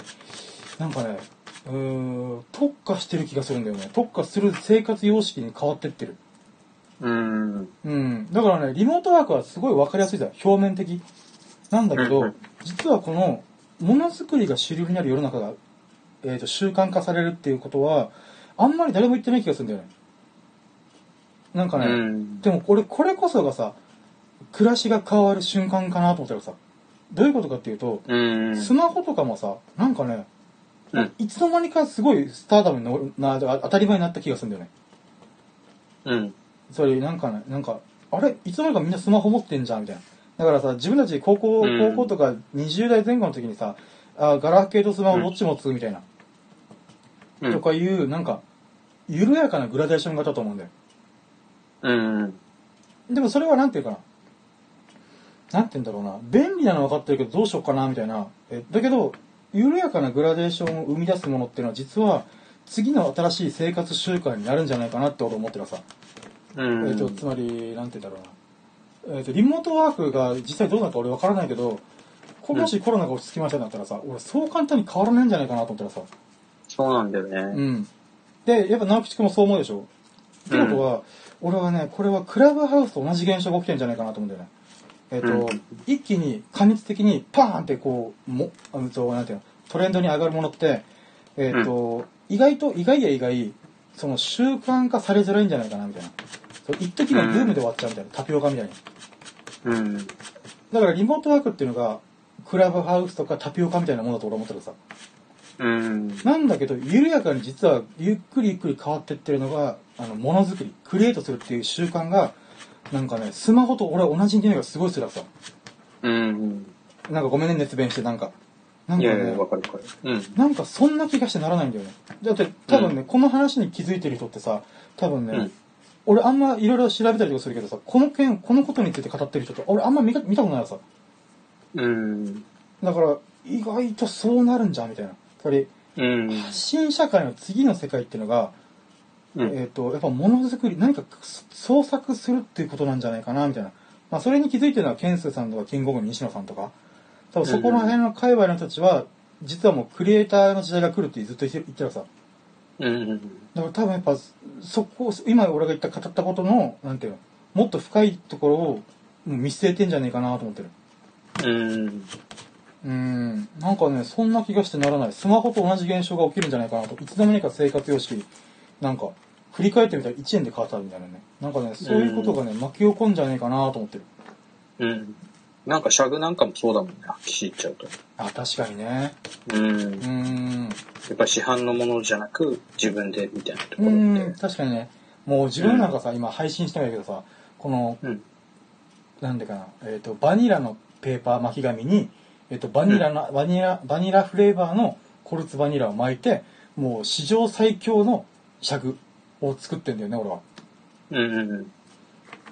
S1: なんかねうーん特化してる気がするんだよね特化する生活様式に変わってってる
S2: うん。
S1: うんだからねリモートワークはすごい分かりやすいじゃん表面的なんだけ
S2: うんう
S1: ど
S2: ん
S1: 実はこのものづくりが主流になる世の中が、えー、と習慣化されるっていうことはあんまり誰も言ってない気がするんだよねなんか
S2: う
S1: ね、
S2: ん。
S1: でもこれ、これこそがさ、暮らしが変わる瞬間かなと思ったらさ、どういうことかっていうと、
S2: うん。
S1: スマホとかもさ、なんかね、
S2: うん
S1: いつの間にかすごいスターダムに乗るな当たり前になった気がするんだよね。
S2: うん。
S1: それなんかね、なんか、あれいつの間にかみんなスマホ持ってんじゃんみたいな。だからさ、自分たち高校、
S2: うん
S1: 高校とか20代前後の時にさ、あガラケーとスマホどっち持つみたいな、
S2: うん
S1: とかいう、なんか、緩やかなグラデーションがあったと思うんだよ。
S2: うん。
S1: でもそれはなんていうかな。なんて言うんだろうな。便利なのは分かってるけどどうしようかな、みたいな。えだけど、緩やかなグラデーションを生み出すものっていうのは実は、次の新しい生活習慣になるんじゃないかなって俺思ってるわさ。
S2: うん。
S1: えっと、つまり、なんて言うんだろうな。えっと、リモートワークが実際どうなるか俺分からないけど、こもしコロナが落ち着きましたってなったらさ、俺そう簡単に変わらないんじゃないかなと思ったらさ。
S2: そうなんだよね。
S1: うん。で、やっぱ直吉君もそう思うでしょってことは、俺はね、これはクラブハウスと同じ現象が起きてるんじゃないかなと思うんだよね。えっ、と、
S2: うん
S1: 一気に過熱的にパーンってこう、も、あの、そうなんていうの、トレンドに上がるものって、えっ、と、意外と、意外や意外、その習慣化されづらいんじゃないかな、みたいな。そう一時のブームで終わっちゃうみたいな、タピオカみたいに。
S2: うん。
S1: だからリモートワークっていうのが、クラブハウスとかタピオカみたいなものだと俺思ってるさ。
S2: うん。
S1: なんだけど、緩やかに実はゆっくりゆっくり変わってってるのが、あの、ものづくり、クリエイトするっていう習慣が、なんかね、スマホと俺は同じに匂いがすごいするわけさ。
S2: うん。
S1: なんかごめんね、熱弁して、なんか。なん
S2: い
S1: か
S2: やいや、
S1: ね
S2: わ、かるわかる。うん。
S1: なんかそんな気がしてならないんだよね。だって多分ね、
S2: う
S1: この話に気づいてる人ってさ、多分ね、
S2: うん
S1: 俺あんまいろいろ調べたりとかするけどさ、この件、このことについて語ってる人って俺あんま見か見たことないわさ。
S2: うん。
S1: だから、意外とそうなるんじゃん、みたいな。やっぱり、
S2: うん。
S1: 新社会の次の世界っていうのが、
S2: うん。
S1: えっ、と、やっぱものづくり、何か創作するっていうことなんじゃないかな、みたいな。まあ、それに気づいてるのは、ケンスーさんとか、キングオブ西野さんとか、多分そこら辺の界隈の人たちは、実はもうクリエイターの時代が来るってずっと言ってるわさ。
S2: うん。
S1: だから多分やっぱ、そこ、今俺が言った、語ったことの、なんていうの、もっと深いところをうん見据えてんじゃないかなと思ってる。
S2: うん。
S1: うん、なんかね、そんな気がしてならない。スマホと同じ現象が起きるんじゃないかなと。いつの間にか生活様式、なんか、振り返ってみたら1円で変わったみたいなね。なんかね、そういうことがね、巻き起こんじゃねえかなと思ってる。
S2: うん。なんか、シャグなんかもそうだもんね、岸行っちゃうと。
S1: あ、確かにね。
S2: うん。
S1: うーん。
S2: やっぱ市販のものじゃなく、自分でみたいなとこ
S1: う
S2: ろって。
S1: ん、確かにね。もう自分なんかさ、今配信してないけどさ、この、
S2: うん。
S1: なんでかな、えっ、と、バニラのペーパー巻き紙に、えっ、と、バニラの、バニラ、バニラフレーバーのコルツバニラを巻いて、もう史上最強の尺を作ってんだよね、俺は。
S2: うん。う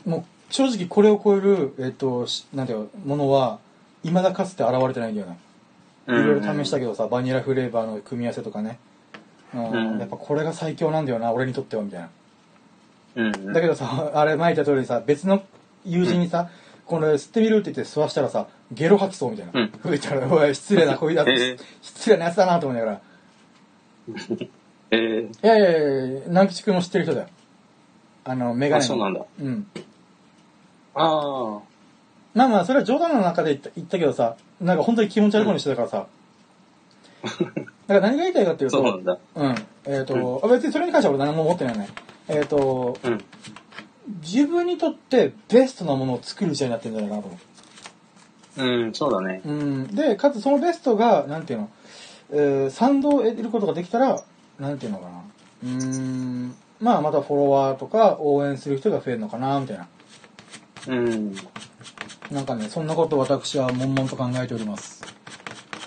S2: ん。
S1: もう正直これを超える、えっとしなんていうのものは未だかつて現れてないんだよねい
S2: うん
S1: ろいろ試したけどさバニラフレーバーの組み合わせとかね、うん
S2: うん
S1: やっぱこれが最強なんだよな俺にとってはみたいな
S2: うん。
S1: だけどさあれ前言った通りさ別の友人にさ、これ吸ってみるって言って吸わしたらさゲロ吐きそうみたいな、
S2: うん
S1: 吹いたらおい失礼なこいだ
S2: ええ
S1: 失礼なやつだなと思いながら
S2: えー、
S1: いやいやいやいや南吉君も知ってる人だよあのメガ
S2: あ、
S1: ネの
S2: そうなんだ。
S1: うん
S2: ああ。
S1: まあまあ、それは冗談の中で言った言ったけどさ、なんか本当に気持ち悪いことにしてたからさ。だから何が言いたいかっていうと、
S2: そうなんだ。
S1: うん。えっ、と、あ別にそれに関しては俺何も思ってないね。えっ、と、
S2: うん。
S1: 自分にとってベストなものを作る時代になってるんじゃないかなと思
S2: うん、そうだね。
S1: う。うん。で、かつそのベストが、なんていうの、えー賛同を得ることができたら、なんていうのかな。うーん。まあ、またフォロワーとか応援する人が増えるのかな、みたいな。
S2: うん。
S1: なんかね、そんなことを私は悶々と考えております。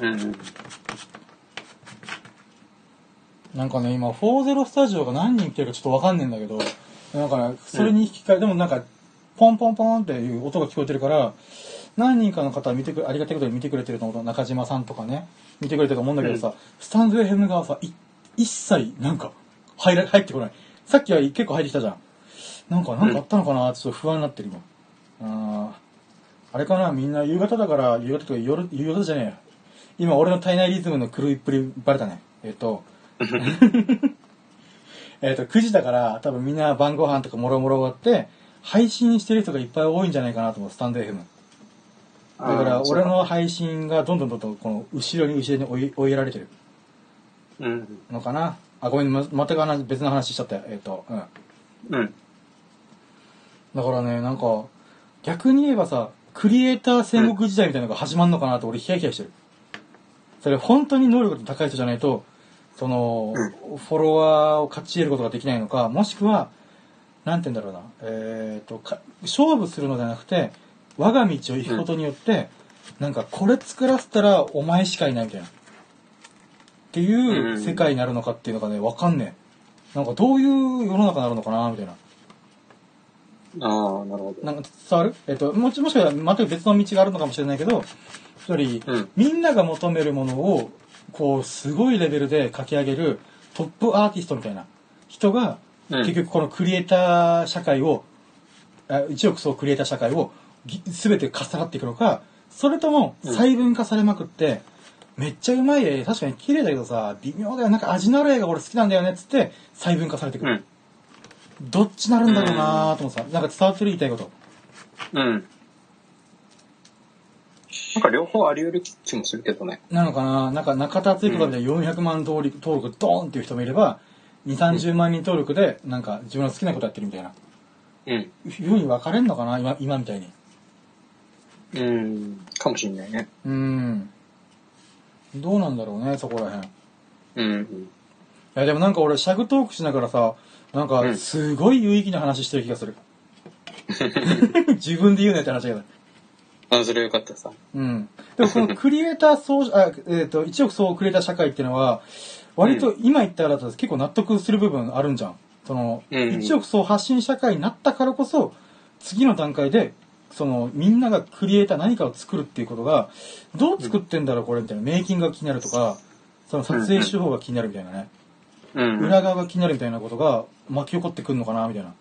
S2: うん。
S1: なんかね、今、40スタジオが何人来てるかちょっとわかんねえんだけど、なんかね、それに引き換え、でもなんか、ポンポンポンっていう音が聞こえてるから、何人かの方は見てくれ、ありがたいことに見てくれてると思う。中島さんとかね、見てくれてると思うんだけどさ、スタンド FM 側さ、い一切、なんか、入ら、入ってこない。さっきは結構入ってきたじゃん。なんか、なんかあったのかなってちょっと不安になってる今。あーあれかな、みんな夕方だから、夕方とか夜、夕方じゃねえよ。今、俺の体内リズムの狂いっぷりバレたね。えっと、 えっと、9時だから、多分みんな晩ご飯とかもろもろ終わって、配信してる人がいっぱい多いんじゃないかなと思う、スタンド FM。だから、俺の配信がどんどんどんどん、この、後ろに後ろに追い追いやられてる
S2: うん。
S1: のかな。あ、ごめん、ま、全く話別の話しちゃったよ。えっ、と、うん。
S2: うん。
S1: だからね、なんか、逆に言えばさ、クリエイター戦国時代みたいなのが始まるのかなと俺ヒヤヒヤしてる。それ本当に能力の高い人じゃないと、その、フォロワーを勝ち得ることができないのか、もしくは、なんて言うんだろうな、えっ、とか、勝負するのではなくて、我が道を行くことによって、なんかこれ作らせたらお前しかいないみたいな。っていう世界になるのかっていうのがね、わかんねえ。なんかどういう世の中になるのかな、みたいな。
S2: ああ、なるほど。
S1: なんか伝わるえっ、と、もし、もしかしたら全く別の道があるのかもしれないけど、一人、
S2: うん
S1: みんなが求めるものを、こう、すごいレベルで書き上げるトップアーティストみたいな人が、
S2: うん
S1: 結局このクリエイター社会を、あ一億総クリエイター社会をぎ、すべてかっさらっていくのか、それとも
S2: うん
S1: 細分化されまくって、めっちゃうまい絵、確かに綺麗だけどさ、微妙だよ、なんか味のある絵が俺好きなんだよねっつって、細分化されていく
S2: う
S1: る。
S2: ん。
S1: どっちなるんだろうなーと思ってさ、なんか伝わってる言いたいこと。
S2: うん。なんか両方あり得る気もするけどね。
S1: なのかななんか中田敦彦さんみたいに400万登録、登録ドーンっていう人もいれば、2、30万人登録で、なんか自分の好きなことやってるみたいな。
S2: うん。
S1: いうふうに分かれんのかな今、今みたいに。
S2: うん。かもしんないね。
S1: うーん。どうなんだろうね、そこら辺。
S2: うんうん。
S1: いや、でもなんか俺、シャグトークしながらさ、なん
S2: う
S1: か、
S2: ん
S1: すごい有意義な話してる気がする。自分で言うねって話だけど。
S2: あ、それよかったさ。
S1: うん。でもこのクリエイター総、あ、えっ、と、一億総クリエイター社会っていうのは、割と今言ったらだと結構納得する部分あるんじゃん。その、
S2: うんうん
S1: 一億総発信社会になったからこそ、次の段階で、その、みんながクリエイター何かを作るっていうことが、どう作ってんだろうこれみたいな、メイキングが気になるとか、その撮影手法が気になるみたいなね、
S2: うん。
S1: 裏側が気になるみたいなことが巻き起こってくるのかなみたいな。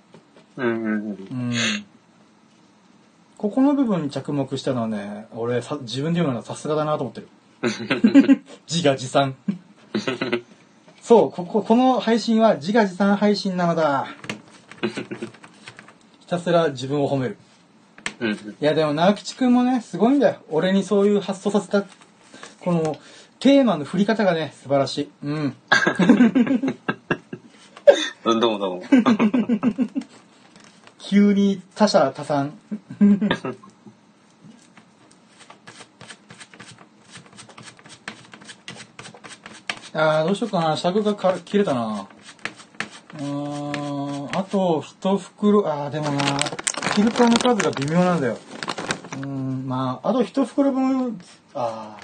S2: うんうんうん。
S1: うん。ここの部分に着目したのはね、俺さ、自分で言うのはさすがだなと思ってる。自画自賛。そう、ここ、この配信は自画自賛配信なのだ。ひたすら自分を褒める。
S2: うんうん。
S1: いや、でも、直吉くんもね、すごいんだよ。俺にそういう発想させた、この、テーマの振り方がね、素晴らしい。うん。
S2: うんどうもどうも。
S1: 急に他者多産 あーどうしようかな尺がか切れたなうーんあと一袋あーでもなフィルターの数が微妙なんだようーんまああと一袋分あ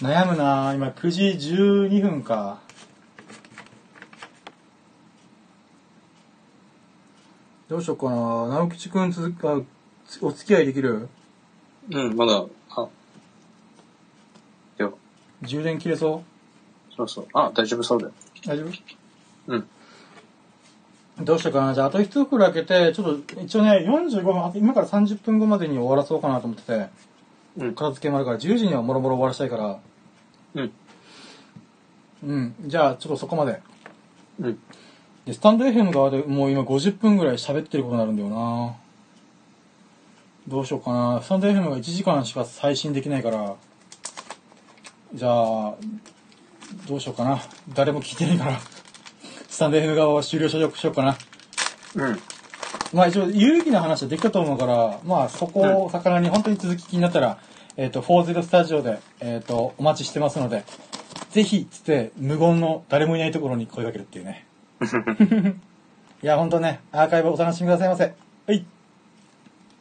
S1: ー悩むな今9時12分かどうしようかな直吉くん続くあつお付き合いできる
S2: うん、まだ、あ、よ、
S1: 充電切れそう
S2: そうそう。あ、大丈夫そうだよ。
S1: 大丈夫
S2: うん。
S1: どうしようかな。じゃあ、あと一袋開けて、ちょっと、一応ね、45分、あと今から30分後までに終わらそうかなと思ってて、
S2: うん。
S1: 片付けもあるから、10時にはもろもろ終わらしたいから、
S2: うん。
S1: うん。じゃあ、ちょっとそこまで。
S2: うん。
S1: で、スタンド FM 側でもう今50分ぐらい喋ってることになるんだよなどうしようかな。スタンド FM が1時間しか配信できないから、じゃあ、どうしようかな。誰も聞いてないから、スタンド FM 側は終了しようしようかな。
S2: うん。
S1: まあ一応、有意義な話はできたと思うから、まあそこを魚に本当に続き気になったら、えっ、と、40スタジオで、えっ、と、お待ちしてますので、ぜひ、つって、無言の誰もいないところに声かけるっていうね。いや、本当ね、アーカイブお楽しみくださいませ。はい。